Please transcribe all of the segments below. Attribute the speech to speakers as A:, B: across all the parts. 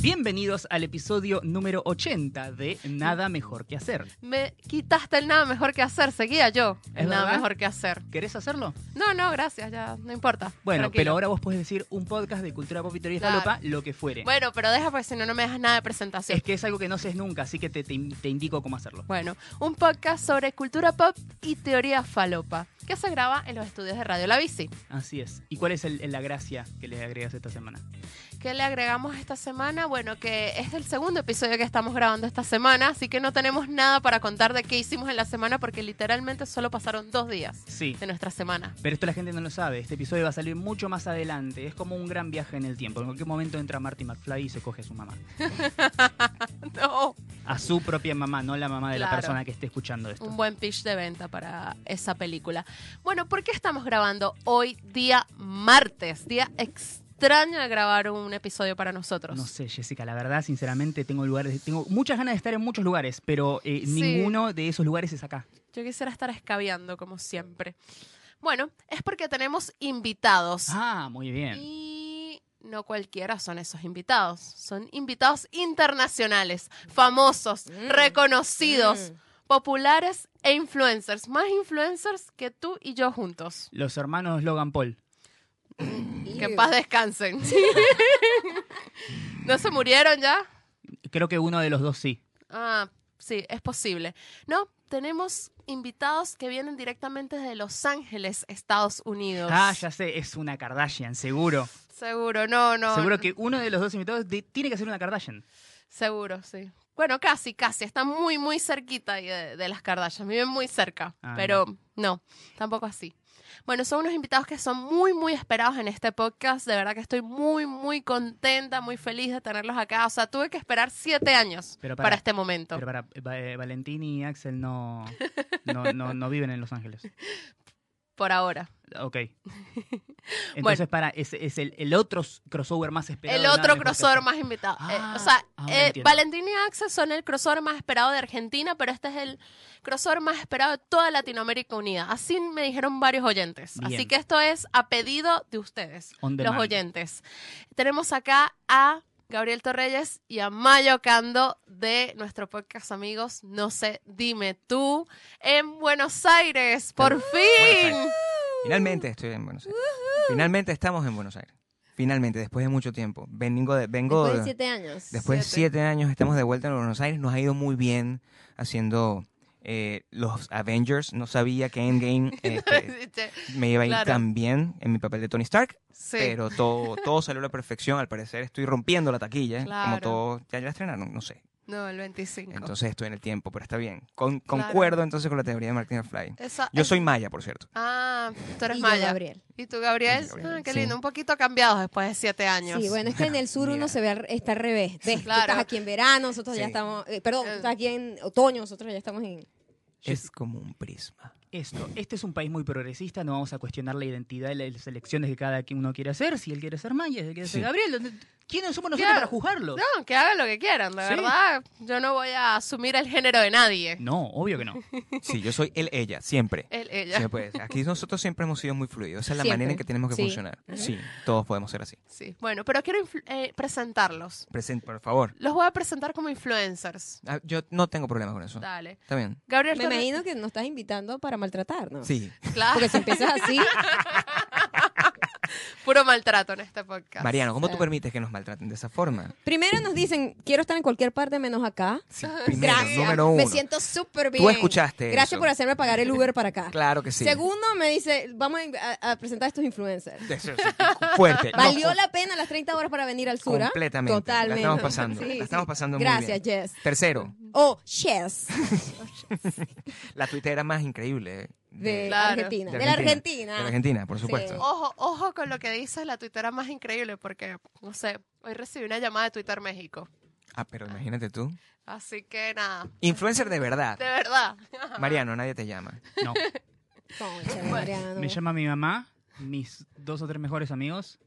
A: Bienvenidos al episodio número 80 de Nada Mejor que Hacer.
B: Me quitaste el nada mejor que hacer, seguía yo.
A: ¿Es
B: El nada
A: verdad?
B: mejor que hacer.
A: ¿Querés hacerlo?
B: No, no, gracias, ya, no importa.
A: Bueno,
B: tranquilo.
A: pero ahora vos podés decir un podcast de cultura pop y teoría
B: Claro.
A: falopa, lo que fuere.
B: Bueno, pero deja porque si no, no me dejas nada de presentación.
A: Es que es algo que no haces nunca, así que te, te in- te indico cómo hacerlo.
B: Bueno, un podcast sobre cultura pop y teoría falopa, que se graba en los estudios de Radio La Bici.
A: Así es. ¿Y cuál es el- el- la gracia que le agregas esta semana?
B: ¿Qué le agregamos esta semana? Bueno, que es el segundo episodio que estamos grabando esta semana, así que no tenemos nada para contar de qué hicimos en la semana porque literalmente solo pasaron dos días
A: Sí.
B: de nuestra semana.
A: Pero esto la gente no lo sabe. Este episodio va a salir mucho más adelante. Es como un gran viaje en el tiempo. En cualquier momento entra Marty McFly y se coge a su mamá.
B: No,
A: A su propia mamá, no la mamá de la
B: Claro.
A: persona que esté escuchando esto.
B: un buen pitch de venta para esa película. Bueno, ¿por qué estamos grabando hoy día martes? Día extraño de grabar un episodio para nosotros.
A: No sé, Jessica, la verdad, sinceramente, tengo lugares, tengo muchas ganas de estar en muchos lugares, pero eh,
B: Sí.
A: ninguno de esos lugares es acá.
B: Yo quisiera estar escabeando como siempre. Bueno, es porque tenemos invitados.
A: Ah, muy bien.
B: Y no cualquiera son esos invitados. Son invitados internacionales, famosos,
A: Mm.
B: reconocidos, populares e influencers. Más influencers que tú y yo juntos.
A: Los hermanos Logan Paul.
B: Que en paz descansen. ¿No se murieron ya?
A: Creo que uno de los dos sí.
B: Ah, sí, es posible. No, tenemos invitados que vienen directamente de Los Ángeles, Estados Unidos.
A: Ah, ya sé, es una Kardashian, seguro.
B: Seguro, no, no.
A: seguro
B: no.
A: que uno de los dos invitados de- tiene que ser una Kardashian.
B: Seguro, sí. Bueno, casi, casi. Está muy, muy cerquita ahí de, de las Kardashian. Viven muy cerca.
A: Ah,
B: pero no, tampoco así. Bueno, son unos invitados que son muy, muy esperados en este podcast. De verdad que estoy muy, muy contenta, muy feliz de tenerlos acá. O sea, tuve que esperar siete años
A: Pero
B: para,
A: para-
B: este momento.
A: Pero para eh, Valentín y Axel no, no, no, no viven en Los Ángeles.
B: por ahora.
A: Ok. Entonces, para, es, es el, el otro s- crossover más esperado.
B: El
A: de Nada
B: otro
A: Mejor que
B: crossover
A: Hacer.
B: más invitado. Eh,
A: Ah,
B: o sea,
A: ahora
B: eh,
A: entiendo.
B: Valentín y Axel son el crossover más esperado de Argentina, pero este es el crossover más esperado de toda Latinoamérica Unida. Así me dijeron varios oyentes.
A: Bien.
B: Así que esto es a pedido de ustedes,
A: On
B: los
A: demand.
B: oyentes. Tenemos acá a Gabriel Torreyes y a Mayo Cando de nuestro podcast amigos No sé, dime tú, en Buenos Aires, por
C: Buenos
B: fin.
C: Aires. Finalmente estoy en Buenos Aires. Finalmente estamos en Buenos Aires. Finalmente, después de mucho tiempo. Vengo de, vengo
D: Después de
C: de-
D: siete años.
C: después de
B: Siete.
C: siete años estamos de vuelta en Buenos Aires. Nos ha ido muy bien haciendo eh, los Avengers. No sabía que Endgame este, me iba a ir
B: Claro.
C: tan bien en mi papel de Tony Stark,
B: Sí.
C: pero todo, todo salió a la perfección. Al parecer estoy rompiendo la taquilla. ¿eh?
B: Claro.
C: Como todo, ya la estrenaron, no sé.
B: No, el 25.
C: Entonces estoy en el tiempo, pero está bien. Con-
B: Claro.
C: Concuerdo entonces con la teoría de Martin Fly.
B: Esa-
C: Yo soy Maya, por cierto.
B: Ah, tú eres
D: Y yo,
B: Maya.
D: Gabriel.
B: ¿Y tú, Gabriel?
C: Y yo, Gabriel,
B: Ah, qué
C: sí.
B: lindo. Un poquito cambiados después de siete años.
D: Sí, bueno, es que en el sur uno
C: Mira.
D: se ve al- está al revés. Ves, tú
B: Claro.
D: estás aquí en verano, nosotros ya
C: Sí.
D: estamos, eh, perdón, tú
B: Eh.
D: estás aquí en otoño, nosotros ya estamos en
C: Es como un prisma.
A: Esto, este es un país muy progresista, no vamos a cuestionar la identidad y las elecciones que cada quien uno quiere hacer, si él quiere ser Maya, si él quiere ser
C: Sí.
A: Gabriel, ¿dónde- ¿quiénes somos nosotros
B: Claro.
A: para juzgarlo?
B: No, que hagan lo que quieran, de
A: Sí.
B: verdad. Yo no voy a asumir el género de nadie.
A: No, obvio que no.
C: Sí, yo soy él, ella, siempre.
B: Él, ella.
C: Sí, pues, aquí nosotros siempre hemos sido muy fluidos. Esa es la
D: Siempre.
C: manera en que tenemos que
D: Sí.
C: funcionar. Sí, todos podemos ser así.
B: Sí. Bueno, pero quiero influ- eh, presentarlos.
C: Present, por favor.
B: Los voy a presentar como influencers.
C: Ah, yo no tengo problemas con eso.
B: Dale.
C: ¿Está bien?
B: Gabriel
D: Me
B: Torre-
D: imagino que nos estás invitando para maltratarnos.
C: Sí.
B: Claro,
D: Porque si empiezas así,
B: puro maltrato en este podcast.
C: Mariano, ¿cómo tú
D: Claro.
C: permites que nos maltraten de esa forma?
D: primero nos dicen, quiero estar en cualquier parte menos acá.
C: Sí, primero,
D: Gracias.
C: número uno.
D: Me siento súper bien.
C: Tú escuchaste
D: Gracias
C: eso.
D: por hacerme pagar el Uber para acá.
C: Claro que sí.
D: Segundo, me dice, vamos a, a presentar a estos influencers.
C: Eso, sí, fuerte. No,
D: Valió
C: con-
D: la pena las 30 horas para venir al sur, ¿ah?
C: Completamente.
D: Totalmente.
C: La estamos pasando.
D: Sí,
C: la estamos
D: sí.
C: pasando muy bien.
D: Gracias, Jess.
C: Tercero,
D: Oh, yes.
C: la tuitera más increíble
D: De
B: Claro.
D: Argentina.
C: de
D: De la Argentina. Oh.
C: De la Argentina, por supuesto.
B: Ojo, ojo con lo que dices, la tuitera más increíble, porque, no sé, hoy recibí una llamada de Twitter México.
C: Ah, pero imagínate tú.
B: Así que nada,
C: Influencer de verdad.
B: de verdad.
C: Mariano, nadie te llama.
A: No.
D: Concha, Mariano.
A: Me llama mi mamá, mis dos o tres mejores amigos.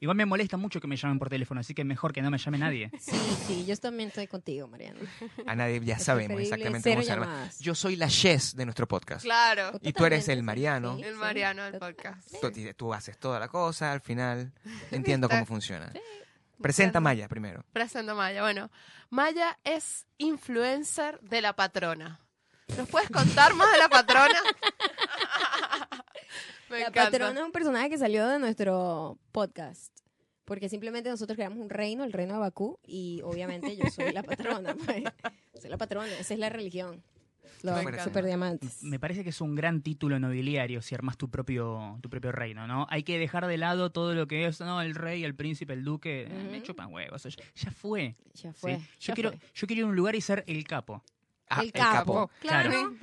A: Igual me molesta mucho que me llamen por teléfono, así que mejor que no me llame nadie.
D: Sí, sí, yo también estoy contigo, Mariano.
C: A nadie ya
D: Es
C: sabemos
D: preferible
C: exactamente
D: cero
C: cómo se llama.
D: llamadas.
C: Yo soy la Jess de nuestro podcast.
B: Claro.
C: Y tú eres el
D: Totalmente,
C: Mariano.
B: El Mariano del podcast.
C: Tú, tú haces toda la cosa, al final entiendo cómo
B: ¿Viste?
C: funciona. Presenta Maya primero.
B: Presento a Maya. Bueno, Maya es influencer de la patrona. ¿Nos puedes contar más de la patrona? Me
D: la
B: encanta.
D: patrona es un personaje que salió de nuestro podcast. Porque simplemente nosotros creamos un reino, el reino de Bakú, y obviamente yo soy la patrona. pues. Soy la patrona, esa es la religión. Los
B: Me encanta.
D: super diamantes.
A: Me parece que es un gran título nobiliario si armas tu propio, tu propio reino, ¿no? Hay que dejar de lado todo lo que es, no, el rey, el príncipe, el duque, eh, me
D: Ujú.
A: chupan huevos. Ya, ya fue. ¿sí?
D: Ya fue.
A: Yo, quiero, yo quiero ir a un lugar y ser el capo.
C: Ah,
D: El capo.
A: Claro.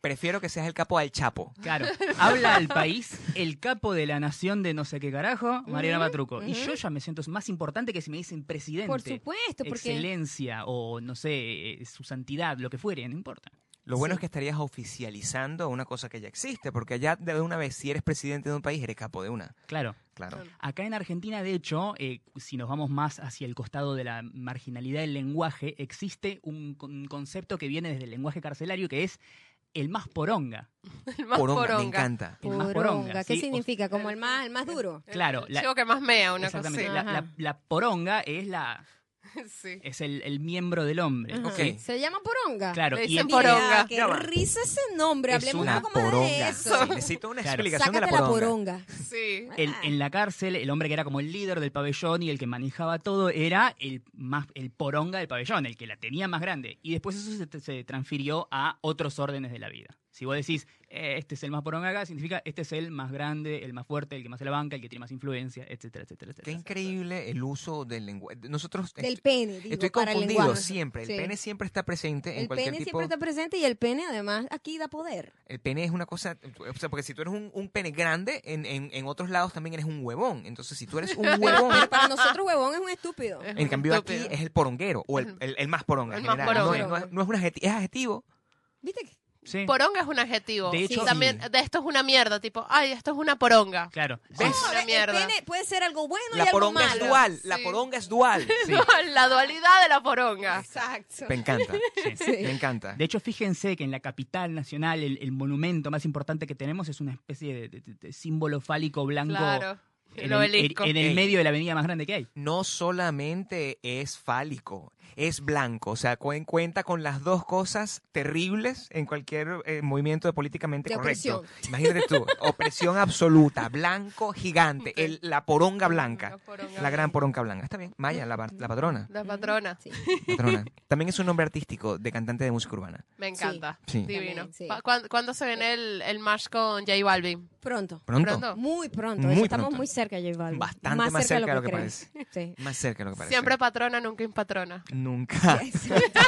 C: Prefiero que seas el capo al chapo.
A: Claro. Habla al país, el capo de la nación de no sé qué carajo, Mariana
D: Ujú,
A: Matruco. Y
D: ujú.
A: yo ya me siento más importante que si me dicen presidente.
D: Por supuesto, porque
A: excelencia o no sé, eh, su santidad, lo que fuere, no importa.
C: Lo bueno
D: Sí.
C: es que estarías oficializando una cosa que ya existe, porque ya de una vez, si eres presidente de un país, eres capo de una.
A: Claro.
C: Claro.
A: Acá en Argentina, de hecho, eh, si nos vamos más hacia el costado de la marginalidad del lenguaje, existe un, con- un concepto que viene desde el lenguaje carcelario que es el más poronga.
B: El más
C: Poronga,
B: poronga.
C: me encanta.
A: El más
D: poronga, ¿qué
A: ¿sí? O-
D: significa? Como el más, el más duro.
A: Claro,
B: El
A: la-
B: chico que más mea, una cosa así.
A: exactamente. La, la-
D: Ajá.
A: la poronga es la
B: Sí.
A: es el, el miembro del hombre.
D: Ajá.
C: Ok.
A: ¿sí?
D: Se llama poronga.
A: Claro,
B: Le
A: y-
B: dicen
D: Mira,
B: Poronga.
D: qué
C: Ya va.
D: risa ese nombre.
C: Es
D: Hablemos
C: una
D: un poco más de
C: poronga.
D: eso.
C: Sí, necesito una
A: Claro.
C: explicación
D: Sácate Ah,
C: de la poronga.
B: Sí.
A: el- en la cárcel, el hombre que era como el líder del pabellón y el que manejaba todo era el, más, el poronga del pabellón, el que la tenía más grande. Y después eso se, se transfirió a otros órdenes de la vida. Si vos decís, "Eh, este es el más poronga acá, significa este es el más grande, el más fuerte, el que más se la banca, el que tiene más influencia, etcétera, etcétera,
C: Qué
A: etcétera.
C: increíble el uso del lenguaje. Nosotros
D: Del
C: est-
D: pene, digo,
C: estoy
D: para el
C: confundido
D: lenguaje.
C: siempre. El
D: Sí.
C: pene siempre está presente en
D: El
C: cualquier
D: pene
C: tipo.
D: siempre está presente y el pene además aquí da poder.
C: El pene es una cosa, o sea, porque si tú eres un, un pene grande, en, en- en otros lados también eres un huevón. Entonces, si tú eres un huevón,
D: Pero para nosotros huevón es un estúpido.
B: Es
C: en
B: un
C: cambio aquí
B: estúpido.
C: es el poronguero, o el, el- el más poronga.
B: El
C: en
B: más
C: general. No, es,
D: poronga.
C: no es- no es un adjetivo, es adjetivo.
D: ¿Viste? que-
A: Sí,
B: Poronga es un adjetivo.
A: De
B: Sí,
A: hecho,
B: también
C: sí.
B: de esto es una mierda, tipo, ay, esto es una poronga.
A: claro.
C: ¿Ves?
B: Es una
D: Ahora, el
B: mierda.
D: pene puede ser algo bueno y
C: La
D: algo
C: poronga es
D: malo.
C: dual, la
B: Sí.
C: poronga es dual.
B: No, la dualidad de la poronga.
D: Exacto.
C: Me encanta,
A: Sí.
D: Sí.
C: me encanta.
A: De hecho, fíjense que en la capital nacional el, el monumento más importante que tenemos es una especie de, de- de- de símbolo fálico blanco
B: Claro.
A: en,
B: El
A: el,
B: obelisco.
A: en el
C: Ey.
A: medio de la avenida más grande que hay.
C: No solamente es fálico, es blanco, o sea, cuen- cuenta con las dos cosas terribles en cualquier eh, movimiento de políticamente
D: De
C: correcto.
D: opresión.
C: Imagínate tú, opresión absoluta, blanco gigante,
B: Sí.
C: el- la poronga blanca,
B: La poronga
C: la gran poronga blanca. Está bien, Maya, la, pa- la patrona,
B: La patrona.
D: Sí.
C: patrona. También es un nombre artístico de cantante de música urbana.
B: Me encanta.
C: Sí.
B: Divino.
D: También, sí.
B: Pa- ¿cuán- ¿Cuándo se viene el, el match con J Balvin?
D: Pronto.
C: Pronto,
B: Pronto.
D: Muy pronto.
C: Muy
D: Eso Estamos
C: pronto.
D: muy cerca, J Balvin.
C: Bastante más cerca de lo que
D: crees. Sí.
C: más cerca de lo que parece.
B: Siempre patrona, nunca impatrona.
C: Nunca.
D: Exacto.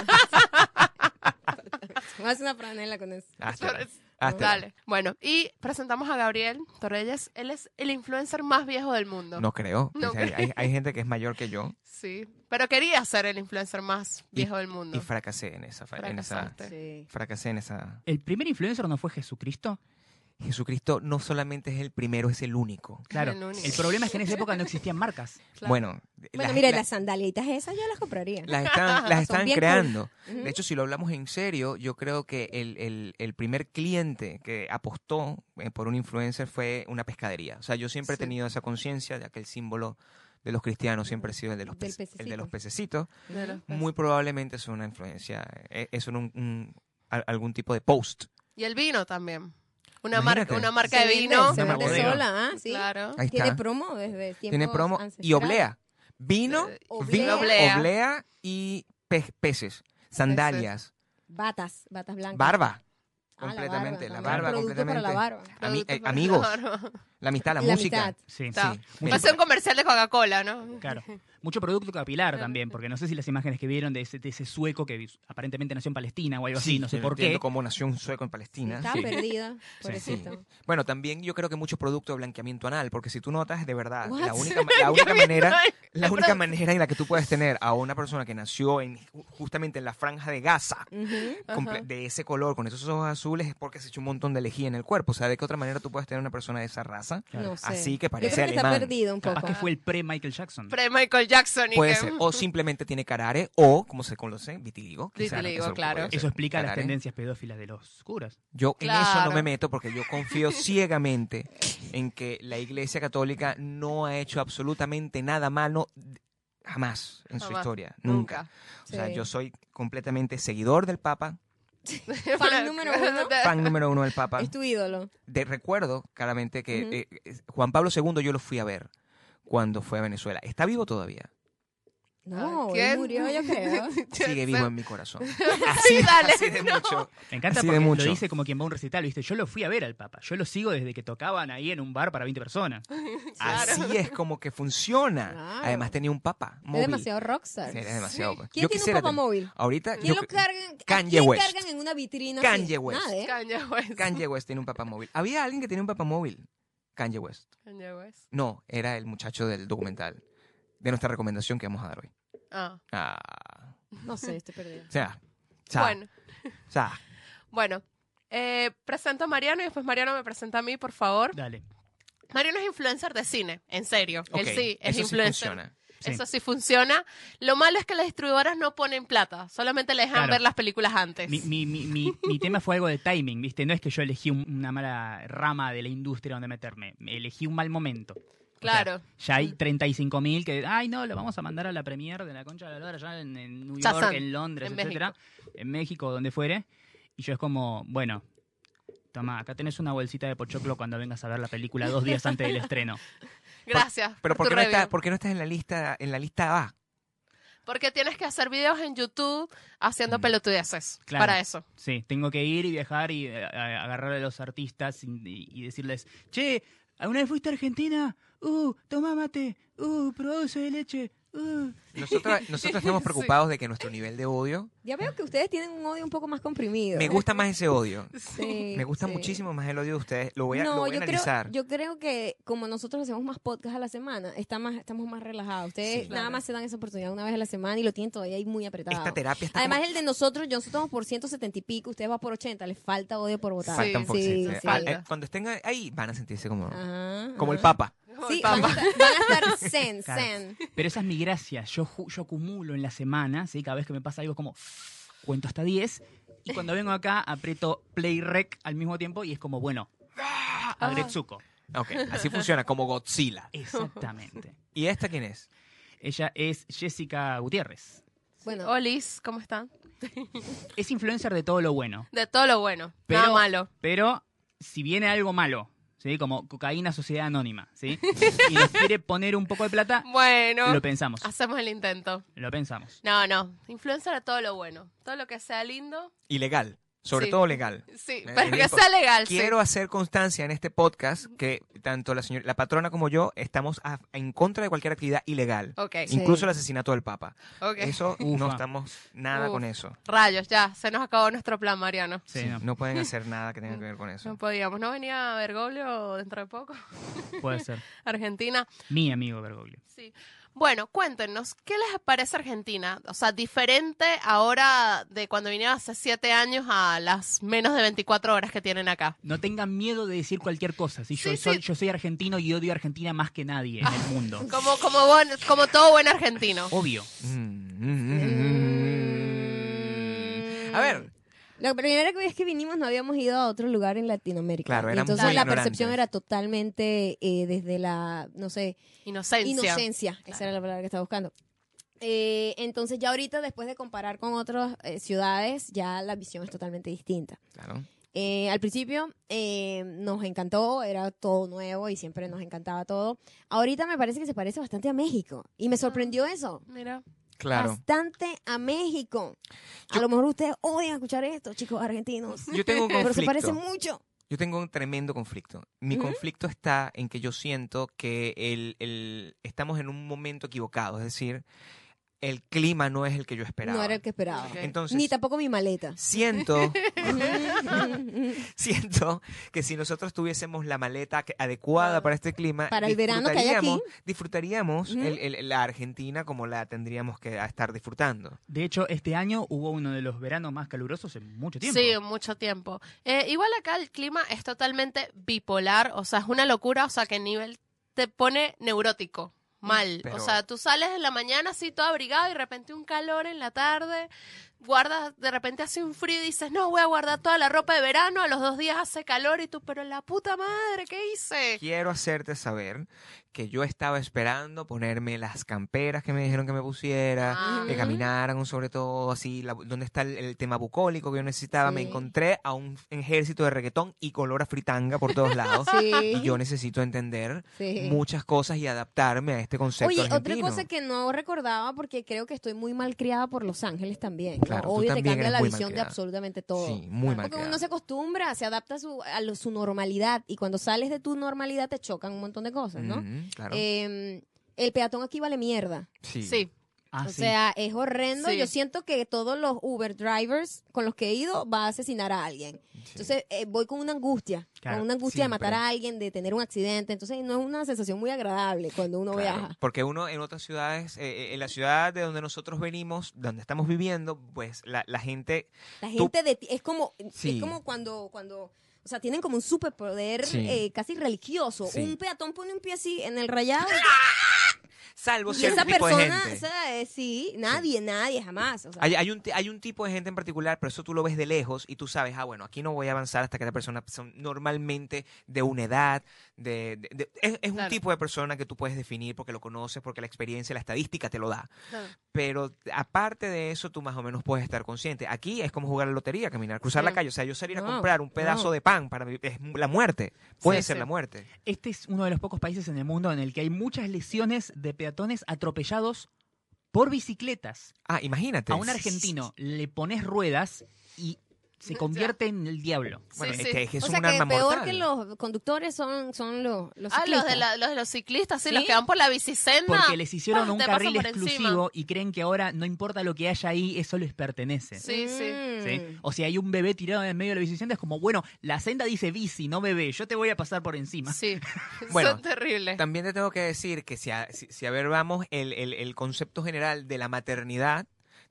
D: Vamos a hacer una franela con eso.
C: Hasta ahora.
B: Eso es-
C: Hasta ahora.
B: Dale. Bueno, y presentamos a Gabriel Torreyes. Él es el influencer más viejo del mundo.
C: No creo.
B: No
C: O sea, hay-
B: creo.
C: hay- hay gente que es mayor que yo.
B: Sí. Pero quería ser el influencer más
C: Y-
B: viejo del mundo.
C: Y fracasé en esa, fa- en esa,
B: Fracasaste.
D: Sí.
C: fracasé en esa.
A: ¿El primer influencer no fue Jesucristo?
C: Jesucristo no solamente es el primero, es el único.
A: Claro.
B: El
A: El,
B: único.
A: problema es que en esa época no existían marcas.
B: Claro.
C: Bueno,
D: Bueno,
C: las-
D: mira, y
C: la-
D: las sandalitas esas yo las compraría.
C: las están, las
D: Son
C: están
D: bien cool.
C: creando.
D: Ujú.
C: De hecho, si lo hablamos en serio, yo creo que el, el- el primer cliente que apostó eh, por un influencer fue una pescadería. O sea, yo siempre he
B: Sí.
C: tenido esa conciencia de que el símbolo de los cristianos siempre ha sido el de los,
D: Del
C: pece- el de los pececitos.
B: De los-
C: Muy probablemente es una influencia, eh, es un- un- al- algún tipo de post.
B: Y el vino también. Una,
C: Imagínate.
B: marca una marca
D: Se
B: de
D: vende,
B: vino.
D: Se
C: Una
D: vende
C: marca de vino.
D: sola, ¿ah? Sí.
B: Claro.
C: Ahí
D: Tiene
C: está.
D: promo desde tiempos
C: Tiene promo y
D: ancestrales.
C: oblea. Vino,
B: Eh,
C: vino,
B: oblea.
C: oblea, y pe- peces, sandalias,
D: Batas, batas blancas.
C: barba.
D: Ah, la
C: Completamente, la
D: también.
C: barba,
D: Producto
C: completamente.
D: para la barba.
C: Ami-
B: Producto
C: eh,
B: para-
C: amigos,
B: Claro.
C: la amistad, la,
D: Y la
C: música.
D: mitad.
A: Sí.
B: Está.
C: Sí,
A: Mucho-
B: Va a ser un comercial de Coca-Cola, ¿no?
A: Claro. Mucho producto capilar también, porque no sé si las imágenes que vieron de ese, de ese sueco que vis- aparentemente nació en Palestina o algo así, no sé
C: yo
A: por qué.
C: entiendo cómo nació un sueco en Palestina.
D: Estaba
A: Sí.
D: perdida,
C: Sí.
D: pobrecito.
C: Bueno, también yo creo que mucho producto de blanqueamiento anal, porque si tú notas, de verdad, la
D: What?
C: única, ma- la única manera, la
B: Pero-
C: única manera en la que tú puedes tener a una persona que nació en, justamente en la franja de Gaza,
D: Ujú.
C: comple-
B: Ajá.
C: de ese color, con esos ojos azules, es porque se echó un montón de lejía en el cuerpo. O sea, ¿de qué otra manera tú puedes tener una persona de esa raza?
A: Claro.
D: No sé.
C: Así que
D: Yo
C: parece
D: creo que
C: alemán.
D: está perdido un
A: Capaz
D: poco.
A: que fue el pre-Michael Jackson.
B: Pre-Michael Jackson. y
C: Puede
B: que-
C: ser. Oh, O simplemente tiene carare, o, como se conoce, vitiligo. quizá, ¿no?
B: Vitiligo,
C: Eso
B: claro.
C: puede ser,
A: Eso explica las
C: carare.
A: tendencias pedófilas de los curas.
C: Yo en eso
B: Claro.
C: no me meto porque yo confío ciegamente en que la Iglesia Católica no ha hecho absolutamente nada malo jamás en su
B: Jamás.
C: historia, nunca. O sea,
D: Sí.
C: yo soy completamente seguidor del Papa,
D: Fan número uno.
C: fan número uno del Papa.
D: Es tu ídolo.
C: De, recuerdo claramente que
D: Ujú.
C: eh, eh, Juan Pablo II yo lo fui a ver cuando fue a Venezuela. Está vivo todavía,
D: No,
B: ¿Quién?
D: él murió, yo creo.
C: sigue vivo en mi corazón.
B: Sí, dale,
C: así de
B: no.
C: mucho.
A: Me encanta
C: Así de
A: porque
C: mucho.
A: lo dice como quien va a un recital, ¿viste? Yo lo fui a ver al Papa. Yo lo sigo desde que tocaban ahí en un bar para 20 personas.
B: Claro.
C: Así es como que funciona.
D: Claro.
C: Además tenía un Papa móvil.
D: Es demasiado rockstar.
C: Sí, era demasiado.
D: ¿Quién
C: Yo
D: tiene un
C: quisiera
D: papá
C: tener-
D: móvil?
C: Ahorita
D: ¿Quién
C: yo-
D: lo cargan? ¿A
C: Kanye
D: quién
C: West.
D: cargan en una vitrina? ¿eh?
C: Kanye
D: así?
C: West.
D: Nadie.
B: Kanye West.
C: Kanye West tiene un papá móvil. Había alguien que tenía un papá móvil. Kanye West.
B: Kanye West.
C: No, era el muchacho del documental. De nuestra recomendación que vamos a dar hoy.
B: Ah,
C: Ah.
D: No sé, estoy perdida.
C: O sea. o sea,
B: Bueno,
C: o sea,
B: bueno. Eh, presento a Mariano y después Mariano me presenta a mí, por favor.
A: Dale.
B: Mariano es influencer de cine, en serio.
C: ok,
B: Él sí, es
C: eso sí
B: influencer.
C: funciona.
A: Sí.
B: Eso sí funciona. Lo malo es que las distribuidoras no ponen plata, solamente le dejan
A: Claro.
B: ver las películas antes.
A: Mi, mi- mi- mi- mi tema fue algo de timing, ¿viste? No es que yo elegí un- una mala rama de la industria donde meterme. Elegí un mal momento. O sea,
B: Claro.
A: ya hay 35.000 que, ay, no, lo vamos a mandar a la premier de la concha de la lora allá en, en New York,
B: Shazam,
A: en Londres,
B: en
A: etcétera, en México, donde fuere. Y yo es como, bueno, toma, acá tenés una bolsita de pochoclo cuando vengas a ver la película dos días antes del estreno.
B: Gracias.
C: Pero
B: por
C: ¿por
B: tu
C: qué, no
B: review.
C: estás, ¿por qué no estás en la lista en la lista A?
B: Porque tienes que hacer videos en YouTube haciendo
A: Mm.
B: pelotudeces.
A: Claro.
B: Para eso.
A: Sí, tengo que ir y viajar y eh, a- agarrar a los artistas y, y- y decirles, che, ¿alguna vez fuiste a Argentina? Uh, toma mate, uh, produce de leche, uh.
C: Nosotros, nosotros estamos preocupados de que nuestro nivel de odio.
D: Ya veo que ustedes tienen un odio un poco más comprimido. ¿eh?
C: Me gusta más ese odio.
D: Sí,
C: Me gusta
D: sí.
C: muchísimo más el odio de ustedes. Lo voy a,
D: no,
C: lo voy a
D: yo
C: analizar.
D: Creo, yo creo que como nosotros hacemos más podcasts a la semana, está más, estamos más relajados. Ustedes
C: Sí.
D: nada
B: Claro.
D: más se dan esa oportunidad una vez a la semana y lo tienen todavía ahí muy apretado.
C: Esta terapia está
D: Además,
C: como-
D: el de nosotros, nosotros estamos por 170 y pico, ustedes van por 80, les falta odio por votar.
C: faltan
B: Sí, Ah.
C: por
D: sí,
C: sí.
D: sí.
C: Ah, eh, Cuando estén ahí van a sentirse como,
D: Ajá,
C: como el
D: ajá.
C: Papa.
D: Sí,
B: Papá.
D: van a, estar, van a estar zen,
A: Claro.
D: zen.
A: Pero esa es mi gracia, yo, ju- yo acumulo en la semana, ¿sí? cada vez que me pasa algo es como, cuento hasta 10, y cuando vengo acá aprieto play rec al mismo tiempo y es como, bueno, ¡ah! Agretsuko.
C: Ok, así funciona, como Godzilla.
A: Exactamente.
C: ¿Y esta quién es?
A: Ella es Jessica Gutiérrez.
D: Bueno,
B: Olis, ¿cómo están?
A: Es influencer de todo lo bueno.
B: De todo lo bueno,
A: Pero-
B: nada malo.
A: Pero si viene algo malo, ¿sí? Como cocaína sociedad anónima, ¿sí? Y nos quiere poner un poco de plata,
B: Bueno,
A: lo pensamos,
B: hacemos el intento.
A: lo pensamos.
B: No, no, influencer de todo lo bueno. Todo lo que sea lindo,
C: Ilegal, sobre
B: Sí.
C: todo legal.
B: sí,
C: Me-
B: pero
C: me
B: que
C: dijo,
B: sea legal. sí.
C: Quiero hacer constancia en este podcast que tanto la señora, la patrona como yo estamos a- en contra de cualquier actividad ilegal,
B: Ok,
D: Sí.
C: incluso el asesinato del Papa.
B: ok.
C: Eso no
A: Ufa.
C: estamos nada
B: Uf.
C: con eso.
B: Rayos, ya, se nos acabó nuestro plan, Mariano.
A: Sí,
C: Sí,
A: no,
C: no. pueden hacer nada que tenga que ver con eso.
B: No podíamos, no venía Bergoglio dentro de poco,
A: puede ser.
B: Argentina.
A: Mi amigo Bergoglio.
B: Sí. Bueno, cuéntenos, ¿qué les parece Argentina? O sea, diferente ahora de cuando vinieron hace siete años a las menos de 24 horas que tienen acá.
A: No tengan miedo de decir cualquier cosa. ¿sí? Yo,
B: Sí,
A: soy,
B: sí.
A: yo soy argentino y odio a Argentina más que nadie en el mundo.
B: Como, como, buen- como todo buen
C: Oh.
B: argentino.
A: Obvio.
B: pues,
C: Mm, mm, mm. A ver,
D: la primera vez que vinimos no habíamos ido a otro lugar en Latinoamérica.
C: Claro,
D: Y
C: éramos
D: entonces
C: muy
D: la
C: ignorantes.
D: percepción era totalmente eh, desde la, no sé,
B: Inocencia.
D: Inocencia, esa era la palabra que estaba buscando. Eh, entonces ya ahorita, después de comparar con otras eh, ciudades, ya la visión es totalmente distinta.
C: claro.
D: Eh, al principio eh, nos encantó, era todo nuevo y siempre nos encantaba todo. Ahorita me parece que se parece bastante a México y me sorprendió eso.
B: Mira.
C: Claro.
D: Bastante a México. A
C: Yo-
D: lo mejor ustedes odian escuchar esto, chicos argentinos.
C: Yo tengo un
D: Pero se parece
C: conflicto.
D: mucho.
C: Yo tengo un tremendo conflicto. Mi
D: Ujú.
C: conflicto está en que yo siento que el, el- estamos en un momento equivocado. Es decir, el clima no es el que yo esperaba.
D: No era el que esperaba.
B: Ok.
C: Entonces,
D: Ni tampoco mi maleta.
C: siento, siento que si nosotros tuviésemos la maleta que- adecuada para este clima,
D: Para el verano que hay aquí.
C: disfrutaríamos, disfrutaríamos
D: Ujú.
C: el- el- la Argentina como la tendríamos que estar disfrutando.
A: De hecho, este año hubo uno de los veranos más calurosos en mucho tiempo.
B: Sí, mucho tiempo. Eh, igual acá el clima es totalmente bipolar, o sea, es una locura, o sea, que nivel te pone neurótico, mal.
C: Pero-
B: O sea, tú sales en la mañana así todo abrigado y de repente un calor en la tarde, guardas, de repente hace un frío y dices, no, voy a guardar toda la ropa de verano, a los dos días hace calor y tú, pero la puta madre, ¿qué hice?
C: Quiero hacerte saber que yo estaba esperando ponerme las camperas que me dijeron que me pusiera,
B: Ah.
C: que caminaran, eh, sobre todo así, la- donde está el, el tema bucólico que yo necesitaba. Me
D: Sí.
C: encontré a un ejército de reggaetón y color a fritanga por todos lados.
D: Sí.
C: Y yo necesito entender
D: sí.
C: muchas cosas y adaptarme a este concepto
D: Oye, otra
C: argentino.
D: cosa que no recordaba porque creo que estoy muy mal criada por Los Ángeles también. ¿no?
C: Claro, tú
D: Obvio te
C: también
D: cambia
C: eres
D: la
C: muy
D: visión de
C: malcriada.
D: absolutamente todo.
C: Sí, muy mal
D: Porque
C: creado.
D: uno se acostumbra, se adapta a su, a lo- su normalidad y cuando sales de tu normalidad te chocan un montón de cosas, ¿no?
C: Ujú, Mm, claro.
D: Eh, el peatón aquí vale mierda.
C: sí.
B: Sí.
A: Ah,
D: o
A: sí.
D: sea, es horrendo.
B: Sí.
D: Yo siento que todos los Uber drivers con los que he ido va a asesinar a alguien.
C: sí.
D: Entonces eh, voy con una angustia,
A: Claro,
D: con una angustia de matar
C: siempre.
D: a alguien, de tener un accidente. Entonces no es una sensación muy agradable cuando uno
C: Claro,
D: viaja.
C: Porque uno en otras ciudades, eh, eh, en la ciudad de donde nosotros venimos, donde estamos viviendo, pues la, la gente
D: La
C: Tú-
D: gente de ti- es como
C: Sí.
D: es como cuando cuando o sea, tienen como un superpoder
C: Sí.
D: eh, casi religioso.
C: Sí.
D: Un peatón pone un pie así en el rayado
C: salvo
D: y
C: cierto
D: esa
C: tipo de
D: persona,
C: gente.
D: o sea, eh, sí, nadie, nadie jamás, o sea,
C: Hay, hay un, ti- hay un tipo de gente en particular, pero eso tú lo ves de lejos y tú sabes, ah, bueno, aquí no voy a avanzar hasta que la persona son normalmente de una edad, de, de- de- es, es un
B: Claro.
C: tipo de persona que tú puedes definir porque lo conoces, porque la experiencia, la estadística te lo da.
B: Claro.
C: Pero aparte de eso, tú más o menos puedes estar consciente. Aquí es como jugar a la lotería, caminar, cruzar la
B: Mm.
C: calle. O sea, yo salir a
D: No,
C: comprar un pedazo
D: no.
C: de pan para mí es la muerte. Puede
B: Sí,
C: ser
B: sí.
C: la muerte.
A: Este es uno de los pocos países en el mundo en el que hay muchas lesiones de peatones atropellados por bicicletas.
C: Ah, imagínate.
A: A un argentino le pones ruedas y se convierte en el diablo.
C: Bueno,
B: Sí,
C: es
B: sí.
C: que, es que es
D: o sea
C: un
D: que
C: arma
D: peor
C: mortal.
D: que los conductores son son los los
B: Ah, los de,
D: ciclistas.
B: la- los de los ciclistas, sí, los
D: ¿Sí?
B: que van por la bicicenda.
A: Porque les hicieron
B: Ah,
A: un
B: te pasan
A: carril
B: por
A: exclusivo y creen que ahora no importa lo que haya ahí, eso les pertenece.
B: Sí, sí.
D: Mm.
A: ¿sí? O si hay un bebé tirado en el medio de la bicicleta, es como, bueno, la senda dice bici, no bebé, yo te voy a pasar por encima.
B: Sí,
C: Bueno,
B: son terribles.
C: También te tengo que decir que si, a, si, si a ver vamos el, el- el concepto general de la maternidad,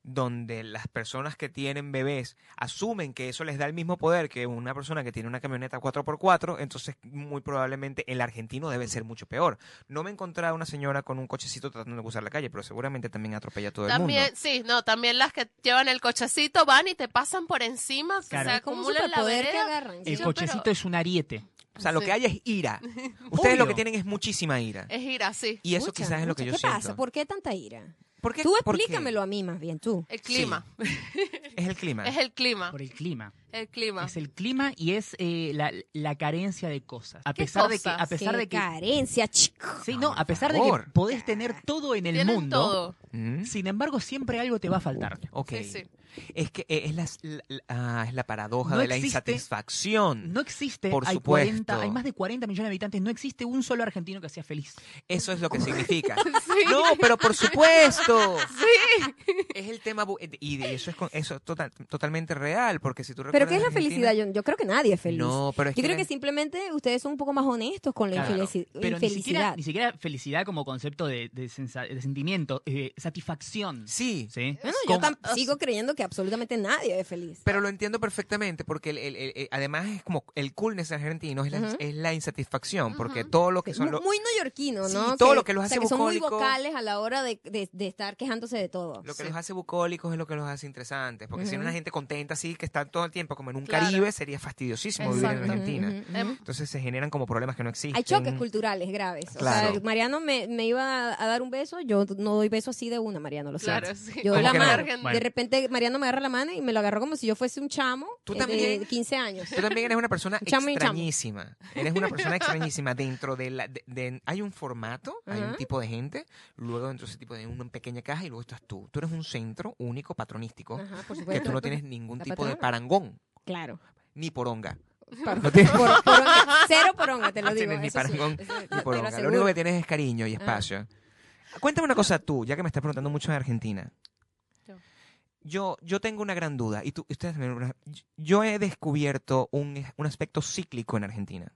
C: donde las personas que tienen bebés asumen que eso les da el mismo poder que una persona que tiene una camioneta 4x4, entonces muy probablemente el argentino debe ser mucho peor. No me encontraba una señora con un cochecito tratando de cruzar la calle, pero seguramente también atropella a todo
B: También,
C: el mundo.
B: sí, no, también las que llevan el cochecito van y te pasan por encima,
A: Claro.
B: se
D: Es como un
B: acumulan en la
D: superpoder que
B: vereda.
D: agarran.
A: El
D: sí.
B: Yo,
A: cochecito
B: pero-
A: es un ariete.
C: O sea, lo
B: Sí. Eh,
C: que hay es ira. Ustedes lo
A: Obvio.
C: que tienen es muchísima ira.
B: Es ir así.
C: Y eso
D: Mucha,
C: quizás es lo
D: mucha.
C: que yo
D: ¿Qué
C: siento.
D: pasa? ¿Por qué tanta ira?
C: ¿Por qué-
D: Tú
C: por qué?
D: explícamelo a mí más bien tú.
B: El clima.
C: Es el clima.
B: Es el clima.
A: Por el clima.
B: El clima.
A: Es el clima y es eh, la, la carencia de cosas. A
B: ¿Qué
A: pesar de que,
B: cosas?
A: a pesar
D: Qué
A: de que,
D: carencia, chico.
A: sí, no,
C: Por
A: a pesar de
C: favor.
A: que podés tener todo en el
B: Tienen
A: mundo,
B: todo.
C: ¿Mm?
A: sin embargo, siempre algo te va a faltar.
C: Ok.
B: Sí, sí.
C: Es que eh, es las- la, la- ah, es la paradoja
A: No
C: de la
A: existe-
C: insatisfacción.
A: No existe,
C: Mm. Por
A: hay
C: supuesto.
A: 40, hay más de 40 millones de habitantes, no existe un solo argentino que sea feliz.
C: Eso es lo que significa. No, pero por supuesto. Es el tema bu- eh, y de eso es con- eso es total- totalmente real, porque si tú
D: ¿Pero
C: recuerdas
D: qué es la
C: Argentina-
D: felicidad? Yo, yo creo que nadie es feliz.
C: No, pero es
D: yo
C: que
D: creo que
C: la-
D: simplemente ustedes son un poco más honestos con la
A: Claro.
D: infelici-
A: Pero ni siquiera,
D: infelicidad.
A: ni siquiera felicidad como concepto de, de sensa- de sentimiento, eh, satisfacción.
C: Sí,
A: ¿sí?
D: Bueno,
A: Como-
D: yo tam- sigo creyendo que absolutamente nadie es feliz.
C: pero lo entiendo perfectamente porque el- el- el- el- además es como el coolness argentino es la,
D: Ujú.
C: es la insatisfacción, porque
B: Ujú.
C: todo lo que
D: Sí,
C: son
D: mu-
C: los
D: muy neoyorquino,
C: Sí,
D: ¿no?
C: todo lo que los
D: o sea,
C: hace
D: son muy
C: bucólicos.
D: vocales a la hora de, de- de estar quejándose de todo.
C: Lo que
B: Sí.
C: los hace bucólicos es lo que los hace interesantes. Porque si era
D: Ujú.
C: una gente contenta así, que está todo el tiempo como en un
B: Claro.
C: Caribe, sería fastidiosísimo vivir en
B: Exacto.
C: Argentina.
D: Ujú, ujú, ujú.
B: Em,
C: Entonces se generan como problemas que no existen.
D: Hay choques culturales graves. O sea,
C: Este, mm, Claro.
D: Mariano me, me iba a dar un beso, yo no doy beso así de una, Mariano, lo siento.
B: Claro, sí.
D: Yo
C: ¿Cómo
D: la
C: que no?
D: mano.
A: Bueno.
D: De repente Mariano me agarra la mano y me lo agarró como si yo fuese un chamo
C: Tú
D: eh,
C: también.
D: de 15 años.
C: Tú también eres una persona
D: Chamo y chamo.
C: extrañísima. Eres una persona extrañísima dentro de la... de- de- hay un formato, hay un
D: Ajá.
C: tipo de gente, luego dentro de ese tipo de una pequeña caja y luego estás tú. Tú eres un centro único patronístico
D: Ajá, por
C: que
D: supuesto.
C: tú no tienes ningún
D: La
C: tipo de
D: patrona.
C: parangón
D: Claro.
C: ni poronga.
D: Por-
C: No tienes-
D: por- poronga. Cero poronga, te lo
C: No
D: digo.
C: tienes ni
D: eso sí,
C: parangón,
D: eso sí, Ah, te
C: ni
D: lo
C: poronga. Lo
D: aseguro. Ah.
C: único que tienes es cariño y espacio. Cuéntame una cosa tú, ya que me estás preguntando mucho de Argentina.
B: Yo.
C: Yo, yo tengo una gran duda, y tú, ustedes también, una- yo he descubierto un, un aspecto cíclico en Argentina,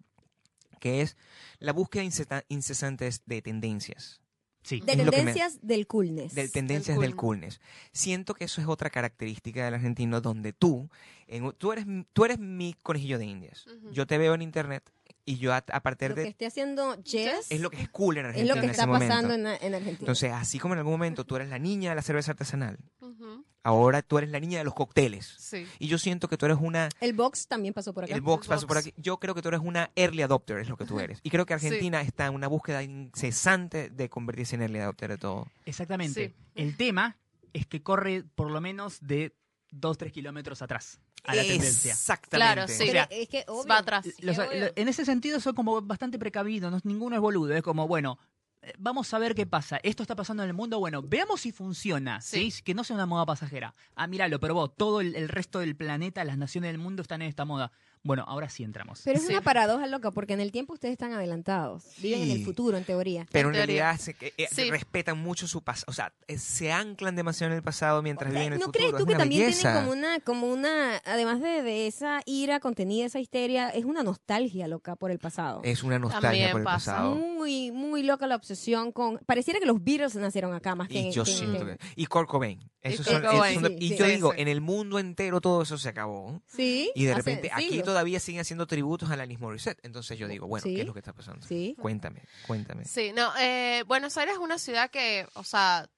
C: que es la búsqueda inceta- incesante de tendencias,
A: sí.
D: De
C: Es lo que me-
D: tendencias del coolness.
C: de tendencias del coolness. Siento que eso es otra característica del argentino, donde tú, en- tú, eres, tú eres mi conejillo de indias.
B: Ujú.
C: Yo te veo en internet y yo a, a partir
D: Lo que
C: de...
D: esté haciendo Jess
C: Es lo que es cool en
D: es
C: Argentina
D: lo que
C: en
D: está
C: ese momento.
D: pasando en, en Argentina.
C: Entonces, así como en algún momento tú eres la niña de la cerveza artesanal,
B: Ujú.
C: Ahora tú eres la niña de los cócteles.
B: Sí.
C: Y yo siento que tú eres una...
D: El box también pasó por acá.
C: El box
B: El
C: pasó por
B: box.
C: aquí. Yo creo que tú eres una early adopter, es lo que tú eres. Y creo que Argentina está en una búsqueda incesante de convertirse en early adopter de todo.
A: Exactamente.
B: Sí.
A: El tema es que corre por lo menos de 2-3 kilómetros atrás a la tendencia.
C: Exactamente.
B: Claro, sí.
D: Pero
A: o sea,
D: es que obvio.
B: Va atrás.
D: Sí,
A: Los-
D: obvio.
A: lo- en ese sentido son como bastante precavidos, no, es- ninguno es boludo, es como, bueno, eh, vamos a ver qué pasa, esto está pasando en el mundo, bueno, veamos si funciona, ¿sí?
B: Sí.
A: que no sea una moda pasajera. Ah, mira, lo probó, todo el, el resto del planeta, las naciones del mundo están en esta moda. Bueno, ahora sí entramos.
D: Pero es
B: Sí.
D: una paradoja loca porque en el tiempo ustedes están adelantados. Viven en
C: Sí.
D: el futuro, en teoría.
C: Pero en
B: En teoría.
C: realidad se, que- eh,
B: Sí.
C: respetan mucho su pasado. O sea, eh, se anclan demasiado en el pasado mientras viven en el
D: ¿No
C: futuro.
D: crees tú
C: Es
D: que
C: una
D: también
C: belleza.
D: tienen como una, como una, además de, de esa ira contenida, esa histeria, es una nostalgia loca por el pasado?
C: Es una nostalgia
B: También
C: por el
B: pasa.
C: pasado.
D: Muy, muy loca la obsesión con. Pareciera que los Beatles nacieron acá más que
C: Y
D: en-
C: yo
D: que en-
C: siento
D: que-
C: que... Y Kurt Cobain. Esos
B: Kurt
C: son- esos
B: Cobain.
C: son-
D: Sí,
C: y
D: sí.
C: yo
B: Sí,
C: digo,
B: sí.
C: en el mundo entero todo eso se acabó.
D: Sí.
C: Y de
D: hace
C: repente aquí
D: siglos.
C: todavía siguen haciendo tributos a Alanis Morissette. Entonces yo digo, bueno,
D: Sí.
C: ¿qué es lo que está pasando?
D: Sí.
C: Cuéntame, cuéntame.
B: Sí, no, eh, Buenos Aires es una ciudad que, o sea,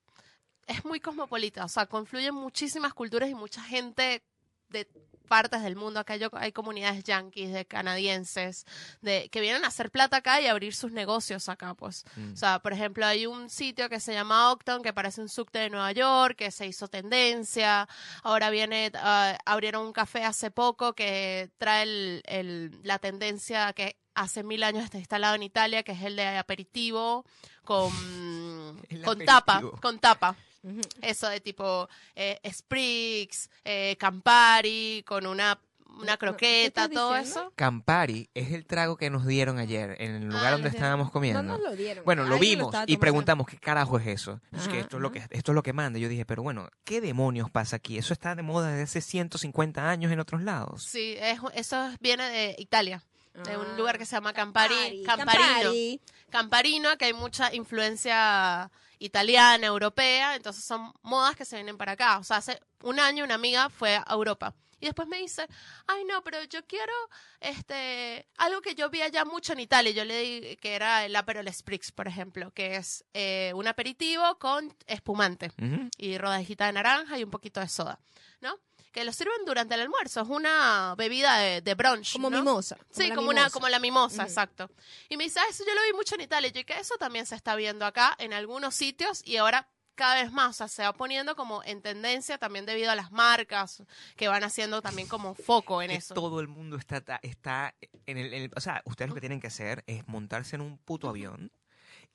B: es muy cosmopolita, o sea, confluyen muchísimas culturas y mucha gente de partes del mundo. Acá yo- hay comunidades yanquis, de canadienses, de que vienen a hacer plata acá y abrir sus negocios acá, pues.
C: Mm.
B: O sea, por ejemplo, hay un sitio que se llama Octon, que parece un subte de Nueva York, que se hizo tendencia. Ahora viene, ah, abrieron un café hace poco que trae el- el- la tendencia que hace mil años está instalado en Italia, que es el de aperitivo con,
C: El
B: con tapa,
C: aperitivo.
B: con tapa.
D: Ujú.
B: Eso de tipo eh, Spriggs, eh, Campari, con una, una
D: No, ¿qué estás
B: croqueta, todo
D: diciendo?
B: eso.
C: Campari es el trago que nos dieron ayer en el lugar
B: Ah,
C: donde
D: nos dieron.
C: estábamos
D: No
C: comiendo.
D: nos lo dieron.
C: Bueno, lo
D: Alguien
C: vimos
D: estaba
C: y
D: tomando.
C: preguntamos qué carajo es eso. Es que
D: Ajá,
C: esto es lo que
D: ajá.
C: esto es lo que manda. Yo dije, pero bueno, ¿qué demonios pasa aquí? Eso está de moda desde hace 150 años en otros lados.
B: Sí, es- eso viene de Italia. de un lugar que se llama Campari,
D: Ah, Campari,
B: Camparino,
D: Campari.
B: Camparino, que hay mucha influencia italiana, europea, entonces son modas que se vienen para acá. O sea, hace un año una amiga fue a Europa y después me dice, ay no, pero yo quiero este algo que yo vi allá mucho en Italia. Yo le dije que era el Aperol Spritz, por ejemplo, que es eh, un aperitivo con espumante
C: Ujú.
B: y rodajita de naranja y un poquito de soda, ¿no? Que lo sirven durante el almuerzo, es una bebida de, de brunch.
D: Como
B: ¿no?
D: mimosa.
B: Sí,
D: la
B: como, una,
D: mimosa.
B: como la mimosa,
D: Ujú.
B: exacto. Y me dice, "Ah, eso yo lo vi mucho en Italia. Yo, y que eso también se está viendo acá en algunos sitios y ahora cada vez más, o sea, se va poniendo como en tendencia también debido a las marcas que van haciendo también como foco en
C: Que
B: eso.
C: Todo el mundo está ta- está en el, en el- o sea, ustedes lo que tienen que hacer es montarse en un puto avión,